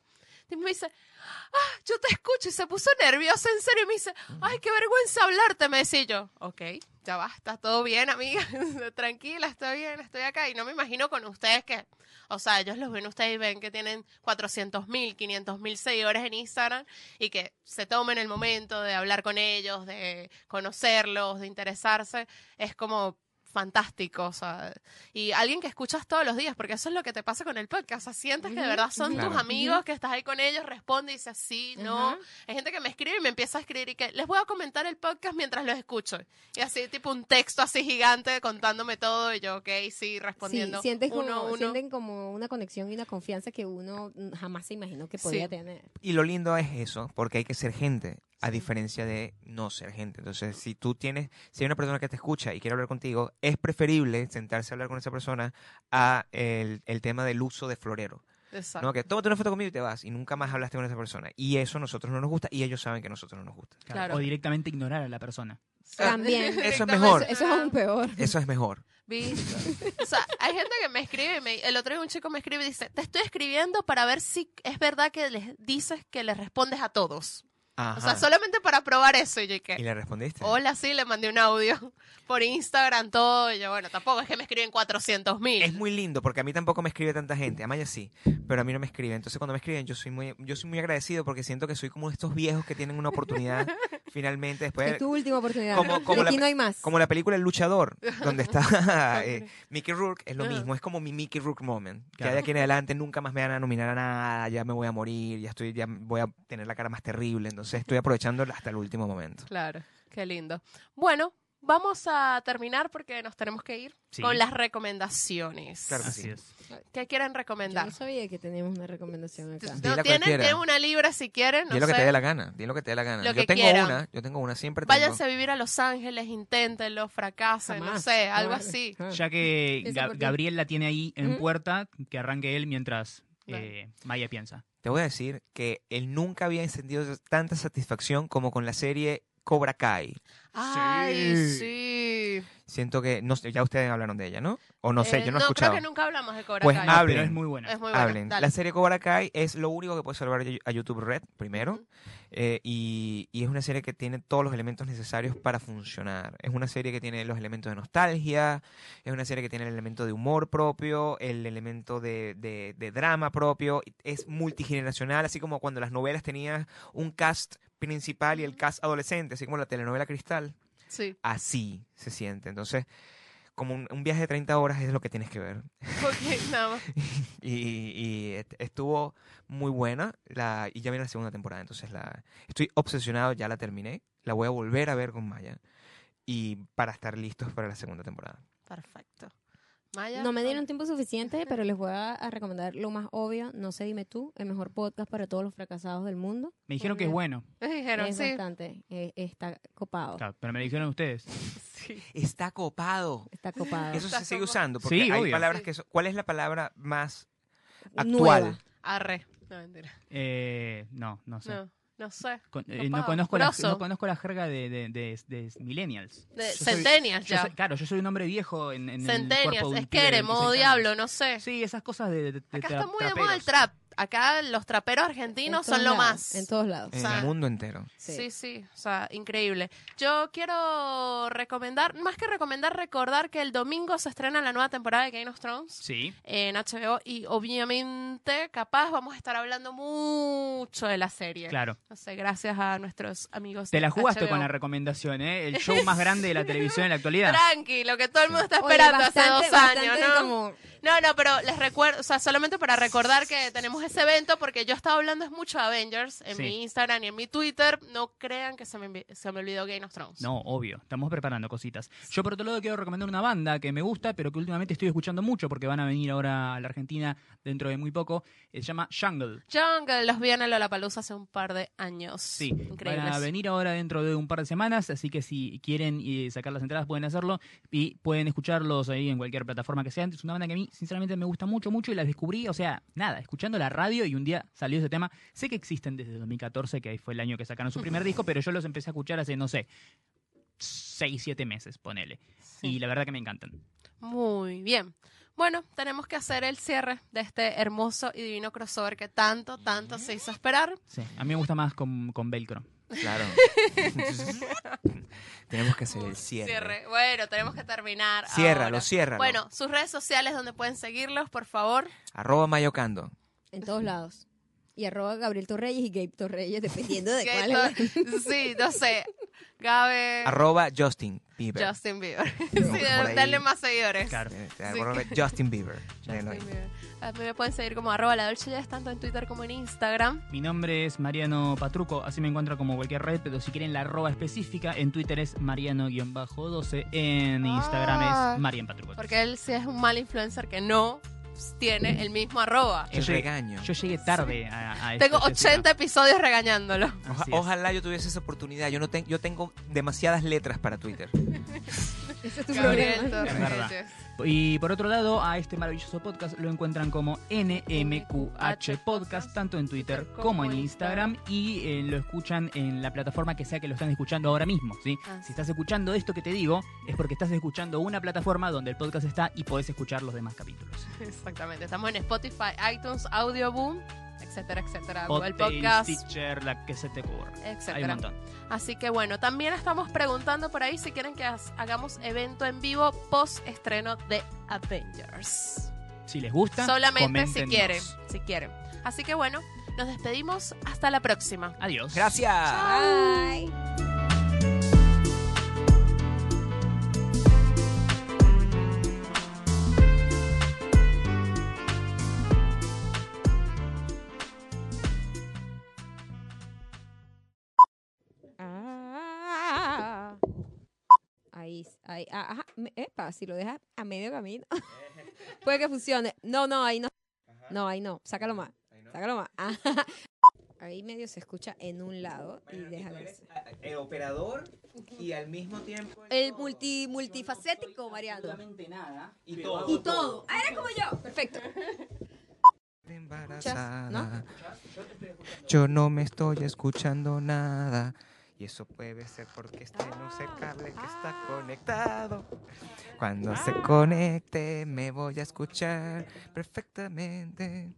B: y me dice, ah, yo te escucho, y se puso nerviosa en serio y me dice, ay, qué vergüenza hablarte, me decía yo, ok, ya va, está todo bien, amiga, tranquila, está bien, estoy acá, y no me imagino con ustedes que, o sea, ellos los ven a ustedes y ven que tienen 400 mil, 500 mil seguidores en Instagram y que se tomen el momento de hablar con ellos, de conocerlos, de interesarse, es como fantástico, o sea, y alguien que escuchas todos los días, porque eso es lo que te pasa con el podcast, o sea, sientes que de
D: Ujú,
B: verdad son
C: claro.
B: tus amigos, que estás ahí con ellos, responde y dice sí, no,
D: Ajá.
B: hay gente que me escribe y me empieza a escribir y que les voy a comentar el podcast mientras los escucho, y así tipo un texto así gigante contándome todo y yo, ok, sí,
D: Sí,
B: respondiendo
D: sientes como,
B: uno a uno.
D: sienten como una conexión y una confianza que uno mm, jamás se imaginó que podía
B: Sí.
D: tener.
C: Y lo lindo es eso, porque hay que ser gente, a diferencia de no ser gente. Entonces, si tú tienes, si hay una persona que te escucha y quiere hablar contigo, es preferible sentarse a hablar con esa persona a el, el tema del uso de florero.
B: Exacto.
C: No, que tómate una foto conmigo y te vas y nunca más hablaste con esa persona. Y eso a nosotros no nos gusta y ellos saben que a nosotros no nos gusta.
B: Claro.
A: O directamente ignorar a la persona.
D: También.
C: Eso es
B: Directamente
C: mejor.
D: Eso es aún peor.
C: Eso es mejor.
B: ¿Viste? O sea, hay gente que me escribe, y me- el otro día un chico me escribe y dice, te estoy escribiendo para ver si es verdad que les dices que les respondes a todos. O sea,
C: Ajá.
B: solamente para probar eso. Y yo
C: ¿Y
B: que,
C: le respondiste?
B: hola, sí, le mandé un audio por Instagram, todo. Y yo, bueno, tampoco es que me escriben 400
C: Es
B: mil.
C: muy lindo porque a mí tampoco me escribe tanta gente. A Maya sí, pero a mí no me escribe. Entonces cuando me escriben yo soy muy, yo soy muy agradecido porque siento que soy como estos viejos que tienen una oportunidad finalmente después.
D: Es tu última oportunidad.
C: Pues, como- como
D: De aquí
C: la-
D: no hay más.
C: Como la película El Luchador, donde está eh, Mickey Rourke, es lo mismo, es como mi Mickey Rourke moment. Ya
A: Claro.
C: de aquí en adelante nunca más me van a nominar a nada, ya me voy a morir, ya estoy, ya voy a tener la cara más terrible, entonces Entonces estoy aprovechando hasta el último momento.
B: Claro, qué lindo. Bueno, vamos a terminar porque nos tenemos que ir
A: Sí.
B: con las recomendaciones.
C: Claro.
A: Así
C: Sí.
A: es.
B: ¿Qué quieren
D: Yo
B: recomendar?
D: no sabía que teníamos una recomendación acá.
B: No
C: Dila
B: tienen,
C: cualquiera.
B: tienen una libra si quieren, no
C: Di lo que
B: sé.
C: te dé la gana, di lo que te dé la gana.
B: Lo
C: yo
B: que
C: tengo
B: quieran.
C: una, yo tengo una, siempre tengo.
B: Váyanse a vivir a Los Ángeles, inténtenlo, fracasen, no
D: Jamás.
B: sé, algo
D: vale.
B: así.
D: Ah.
A: Ya que
D: Esa
A: Ga-
D: porque-
A: Gabriel la tiene ahí en
B: ¿Mm?
D: Ujú.
A: puerta, que arranque él mientras
B: Dale.
A: eh, Maya piensa.
C: Te voy a decir que él nunca había sentido tanta satisfacción como con la serie Cobra Kai.
B: Ay, sí.
C: Siento que, no sé, ya ustedes hablaron de ella, ¿no? O no sé,
B: Eh,
C: yo no he escuchado.
B: creo que nunca hablamos de Cobra
C: Pues
B: Kai.
A: No,
C: hablen.
A: Ah, pero es muy buena.
B: Es muy bueno.
C: Hablen.
B: dale.
C: la serie Cobra Kai es lo único que puede salvar yo- a YouTube Red, primero.
B: Ujú.
C: eh, y, y es una serie que tiene todos los elementos necesarios para funcionar. Es una serie que tiene los elementos de nostalgia, es una serie que tiene el elemento de humor propio, el elemento de, de- de drama propio. Es multigeneracional, así como cuando las novelas tenían un cast principal y el cast adolescente, así como la telenovela Cristal.
B: Sí.
C: Así se siente. Entonces, como un, un viaje de 30 horas es lo que tienes que ver
B: Ok, nada más.
C: y, y est- estuvo muy buena la, y ya viene la segunda temporada entonces la estoy obsesionado ya la terminé la voy a volver a ver con Maya y para estar listos para la segunda temporada
B: Perfecto. Maya.
D: No me dieron tiempo suficiente, pero les voy a, a recomendar lo más obvio, No sé, dime tú, el mejor podcast para todos los fracasados del mundo.
A: Me dijeron que es bueno,
B: Me dijeron,
D: es
B: sí.
D: bastante, eh, está copado,
A: claro, pero me lo dijeron ustedes.
B: Sí.
C: está copado
D: está copado.
C: eso
B: Está
C: se sigue
B: copa-
C: usando porque
A: Sí,
C: hay
A: obvio.
C: palabras
B: Sí.
C: que son- ¿cuál es la palabra más
D: Nueva.
C: actual
B: Arre. No, mentira.
A: Eh, no, no sé.
B: No, no sé.
A: Con- eh, no,
B: Copado.
A: conozco la,
B: Grosso.
A: no conozco la jerga de, de- de- de millennials.
B: De,
A: Yo soy-
B: centennials
A: yo
B: ya.
A: soy- claro, yo soy un hombre viejo en, en el
B: centennials.
A: cuerpo de un
B: Es
A: pibe de
B: que modo
A: 26 años.
B: diablo, no sé.
A: Sí, esas cosas de, de- de
B: Acá
A: tra-
B: está muy de moda el
A: traperos.
B: trap. Acá los traperos
D: En
B: argentinos
D: todos
B: son lo
D: lados,
B: más.
D: En todos lados.
C: en
B: sea,
C: el mundo entero
D: Sí.
B: Sí, sí, o sea, increíble. Yo quiero recomendar, más que recomendar, recordar que el domingo se estrena la nueva temporada de Game of Thrones
A: Sí.
B: en HBO y obviamente capaz vamos a estar hablando mucho de la serie.
A: Claro.
B: No sé, gracias a nuestros amigos.
A: Te
B: de
A: la jugaste
B: HBO.
A: con la recomendación, ¿eh? El show más grande de la televisión en la actualidad.
B: Tranqui, lo que todo el mundo está
D: Oye,
B: esperando
D: bastante-
B: hace dos años,
D: bastante
B: ¿no?
D: como-
B: No, no, pero les recuerdo, o sea, solamente para recordar que tenemos ese evento, porque yo he estado hablando es mucho de Avengers en
A: Sí.
B: mi Instagram y en mi Twitter. No crean que se me, envi- se me olvidó Game of Thrones.
A: No, obvio. Estamos preparando cositas. Yo, por otro lado, quiero recomendar una banda que me gusta, pero que últimamente estoy escuchando mucho porque van a venir ahora a la Argentina dentro de muy poco. Eh, Se llama Jungle.
B: Jungle los vi en el Lollapalooza hace un par de años.
A: Sí,
B: increíbles.
A: van a venir ahora dentro de un par de semanas, así que si quieren eh, sacar las entradas pueden hacerlo y pueden escucharlos ahí en cualquier plataforma que sea. Es una banda que a mí sinceramente me gusta mucho, mucho y la descubrí, o sea, nada, escuchando la radio y un día salió ese tema. Sé que existen desde 2014, que ahí fue el año que sacaron su primer disco, pero yo los empecé a escuchar hace, no sé, 6, 7 meses, ponele.
B: Sí.
A: Y la verdad que me encantan.
B: Muy bien. Bueno, tenemos que hacer el cierre de este hermoso y divino crossover que tanto, tanto se hizo esperar.
A: Sí, a mí me gusta más con, con velcro.
C: claro tenemos que hacer el cierre,
B: Bueno, tenemos que terminar.
C: ciérralo
B: ahora.
C: ciérralo
B: Bueno, sus redes sociales donde pueden seguirlos, por favor.
C: arroba mayocando
D: En todos lados. Y arroba Gabriel Torreyes y Gabe Torreyes, dependiendo de cuál. es la-
B: Gator- sí, no sé. Gabe.
C: arroba Justin Bieber
B: Eh. Justin Bieber.
C: Por
B: sí,
C: ahí.
B: darle más seguidores.
A: Claro.
C: Eh, arroba Justin Bieber Léelo ahí.
B: Justin Bieber. A mí me pueden seguir como arroba la Dolce Jazz, tanto en Twitter como en Instagram.
A: Mi nombre es Mariano Patruco, así me encuentro como cualquier red, pero si quieren la arroba específica, en Twitter es Mariano-12, en Instagram
B: Ah.
A: es Marian Patruco.
B: Porque él sí es un mal influencer que no tiene el mismo arroba.
A: Yo
C: el
A: llegué-
C: regaño
A: Yo llegué tarde a,
C: Este
A: a
B: Tengo
A: esto, Jessica.
B: 80 episodios regañándolo.
A: Así
C: Oja-
A: es.
C: ojalá yo tuviese esa oportunidad. Yo no ten- yo tengo demasiadas letras para Twitter.
D: Ese es tu
B: Gabriel
D: problema.
A: Es verdad.
B: Torreyes.
A: Y por otro lado, a este maravilloso podcast lo encuentran como NMQH Podcast, tanto en Twitter como en Instagram, y eh, lo escuchan en la plataforma que sea que lo están escuchando ahora mismo. ¿sí?
B: Ah.
A: Si estás escuchando esto que te digo, es porque estás escuchando una plataforma donde el podcast está y podés escuchar los demás capítulos.
B: Exactamente. Estamos en Spotify, iTunes, Audio Boom, etcétera, etcétera. Google
A: Podtail,
B: Ah, Podcast,
A: Stitcher, la que se te ocurra. Hay un
B: etcétera.
A: montón.
B: Así que bueno, también estamos preguntando por ahí si quieren que has- hagamos evento en vivo post estreno de Avengers.
A: Si les gusta,
B: Solamente
A: coméntenos.
B: si quieren, si quieren. Así que bueno, nos despedimos hasta la próxima.
A: Adiós.
C: Gracias.
D: Bye. Ahí, ah, ajá, me- epa, si lo dejas a medio camino, puede que funcione. No, no, ahí no. No, ahí no. Sácalo más. Sácalo más. Ajá. Ah, Ahí medio se escucha en un lado y deja de ser.
C: este, el operador y al mismo tiempo
D: El multi, multifacético, Mariano.
A: nada.
C: Y pero todo. hago
D: Y todo. Ah, era como yo. Perfecto.
C: embarazada.
D: ¿No?
C: Yo no me estoy escuchando nada. Y eso puede ser porque está en ese cable que está conectado. Cuando se conecte me voy a escuchar perfectamente.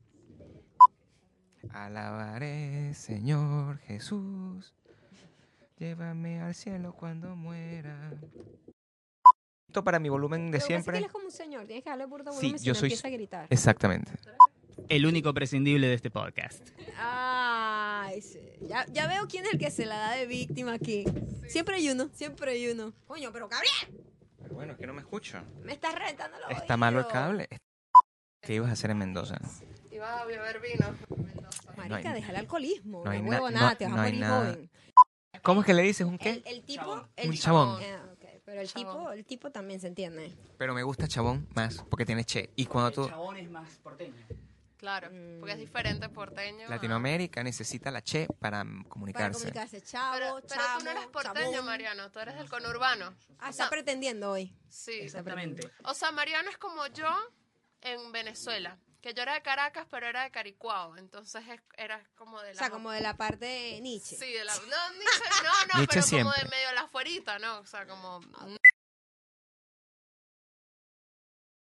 C: Alabaré, Señor Jesús. Llévame al cielo cuando muera. Esto para mi volumen
D: Lo que
C: de
D: pasa es que
C: siempre.
D: él es como un señor. Tienes que darle burda
C: Sí,
D: volumen si
C: yo
D: no
C: soy-
D: empieza a gritar.
C: Exactamente.
A: El único prescindible de este podcast.
D: Ay, sí. ya, ya veo quién es el que se la da de víctima aquí. Siempre hay uno, siempre hay uno. Coño, pero Gabriel,
C: Pero bueno, que no me escucho.
D: me estás reventando los
C: Está malo el
D: oídos.
C: cable. ¿Qué ibas a hacer en Mendoza?
B: Iba a beber vino. Mendoza.
D: Marica,
C: No hay-
D: deja el alcoholismo.
C: no
D: No,
C: hay
D: huevo
C: na-
D: nada,
C: no-
D: te vas
C: no
D: a
C: hay
D: morir
C: nada.
D: joven.
C: ¿Cómo es que le dices un
D: El,
C: qué?
D: el tipo, el
C: Un chabón.
D: Ah, ok, Pero el
B: Chabón.
D: tipo, el tipo también se entiende.
C: Pero me gusta chabón más porque tiene che. Y cuando tú.
A: chabón es más porteño.
B: Claro, porque es diferente porteño. a-
C: Latinoamérica necesita la che para mm,
D: Para
C: comunicarse.
D: comunicarse, chavo,
B: Pero, pero
D: chamo,
B: tú no eres porteño,
D: chabón.
B: Mariano, tú eres del conurbano.
D: Ah, está pretendiendo hoy.
B: Sí.
A: Exactamente.
B: O sea, Mariano es como yo en Venezuela, que yo era de Caracas, pero era de Caricuao, entonces es- era como de la...
D: O sea, como de la parte de Nietzsche.
B: Sí, de la... No, Nietzsche, no, no,
C: Nietzsche
B: pero como
C: siempre.
B: de medio de la afuerita, ¿no? O sea, como...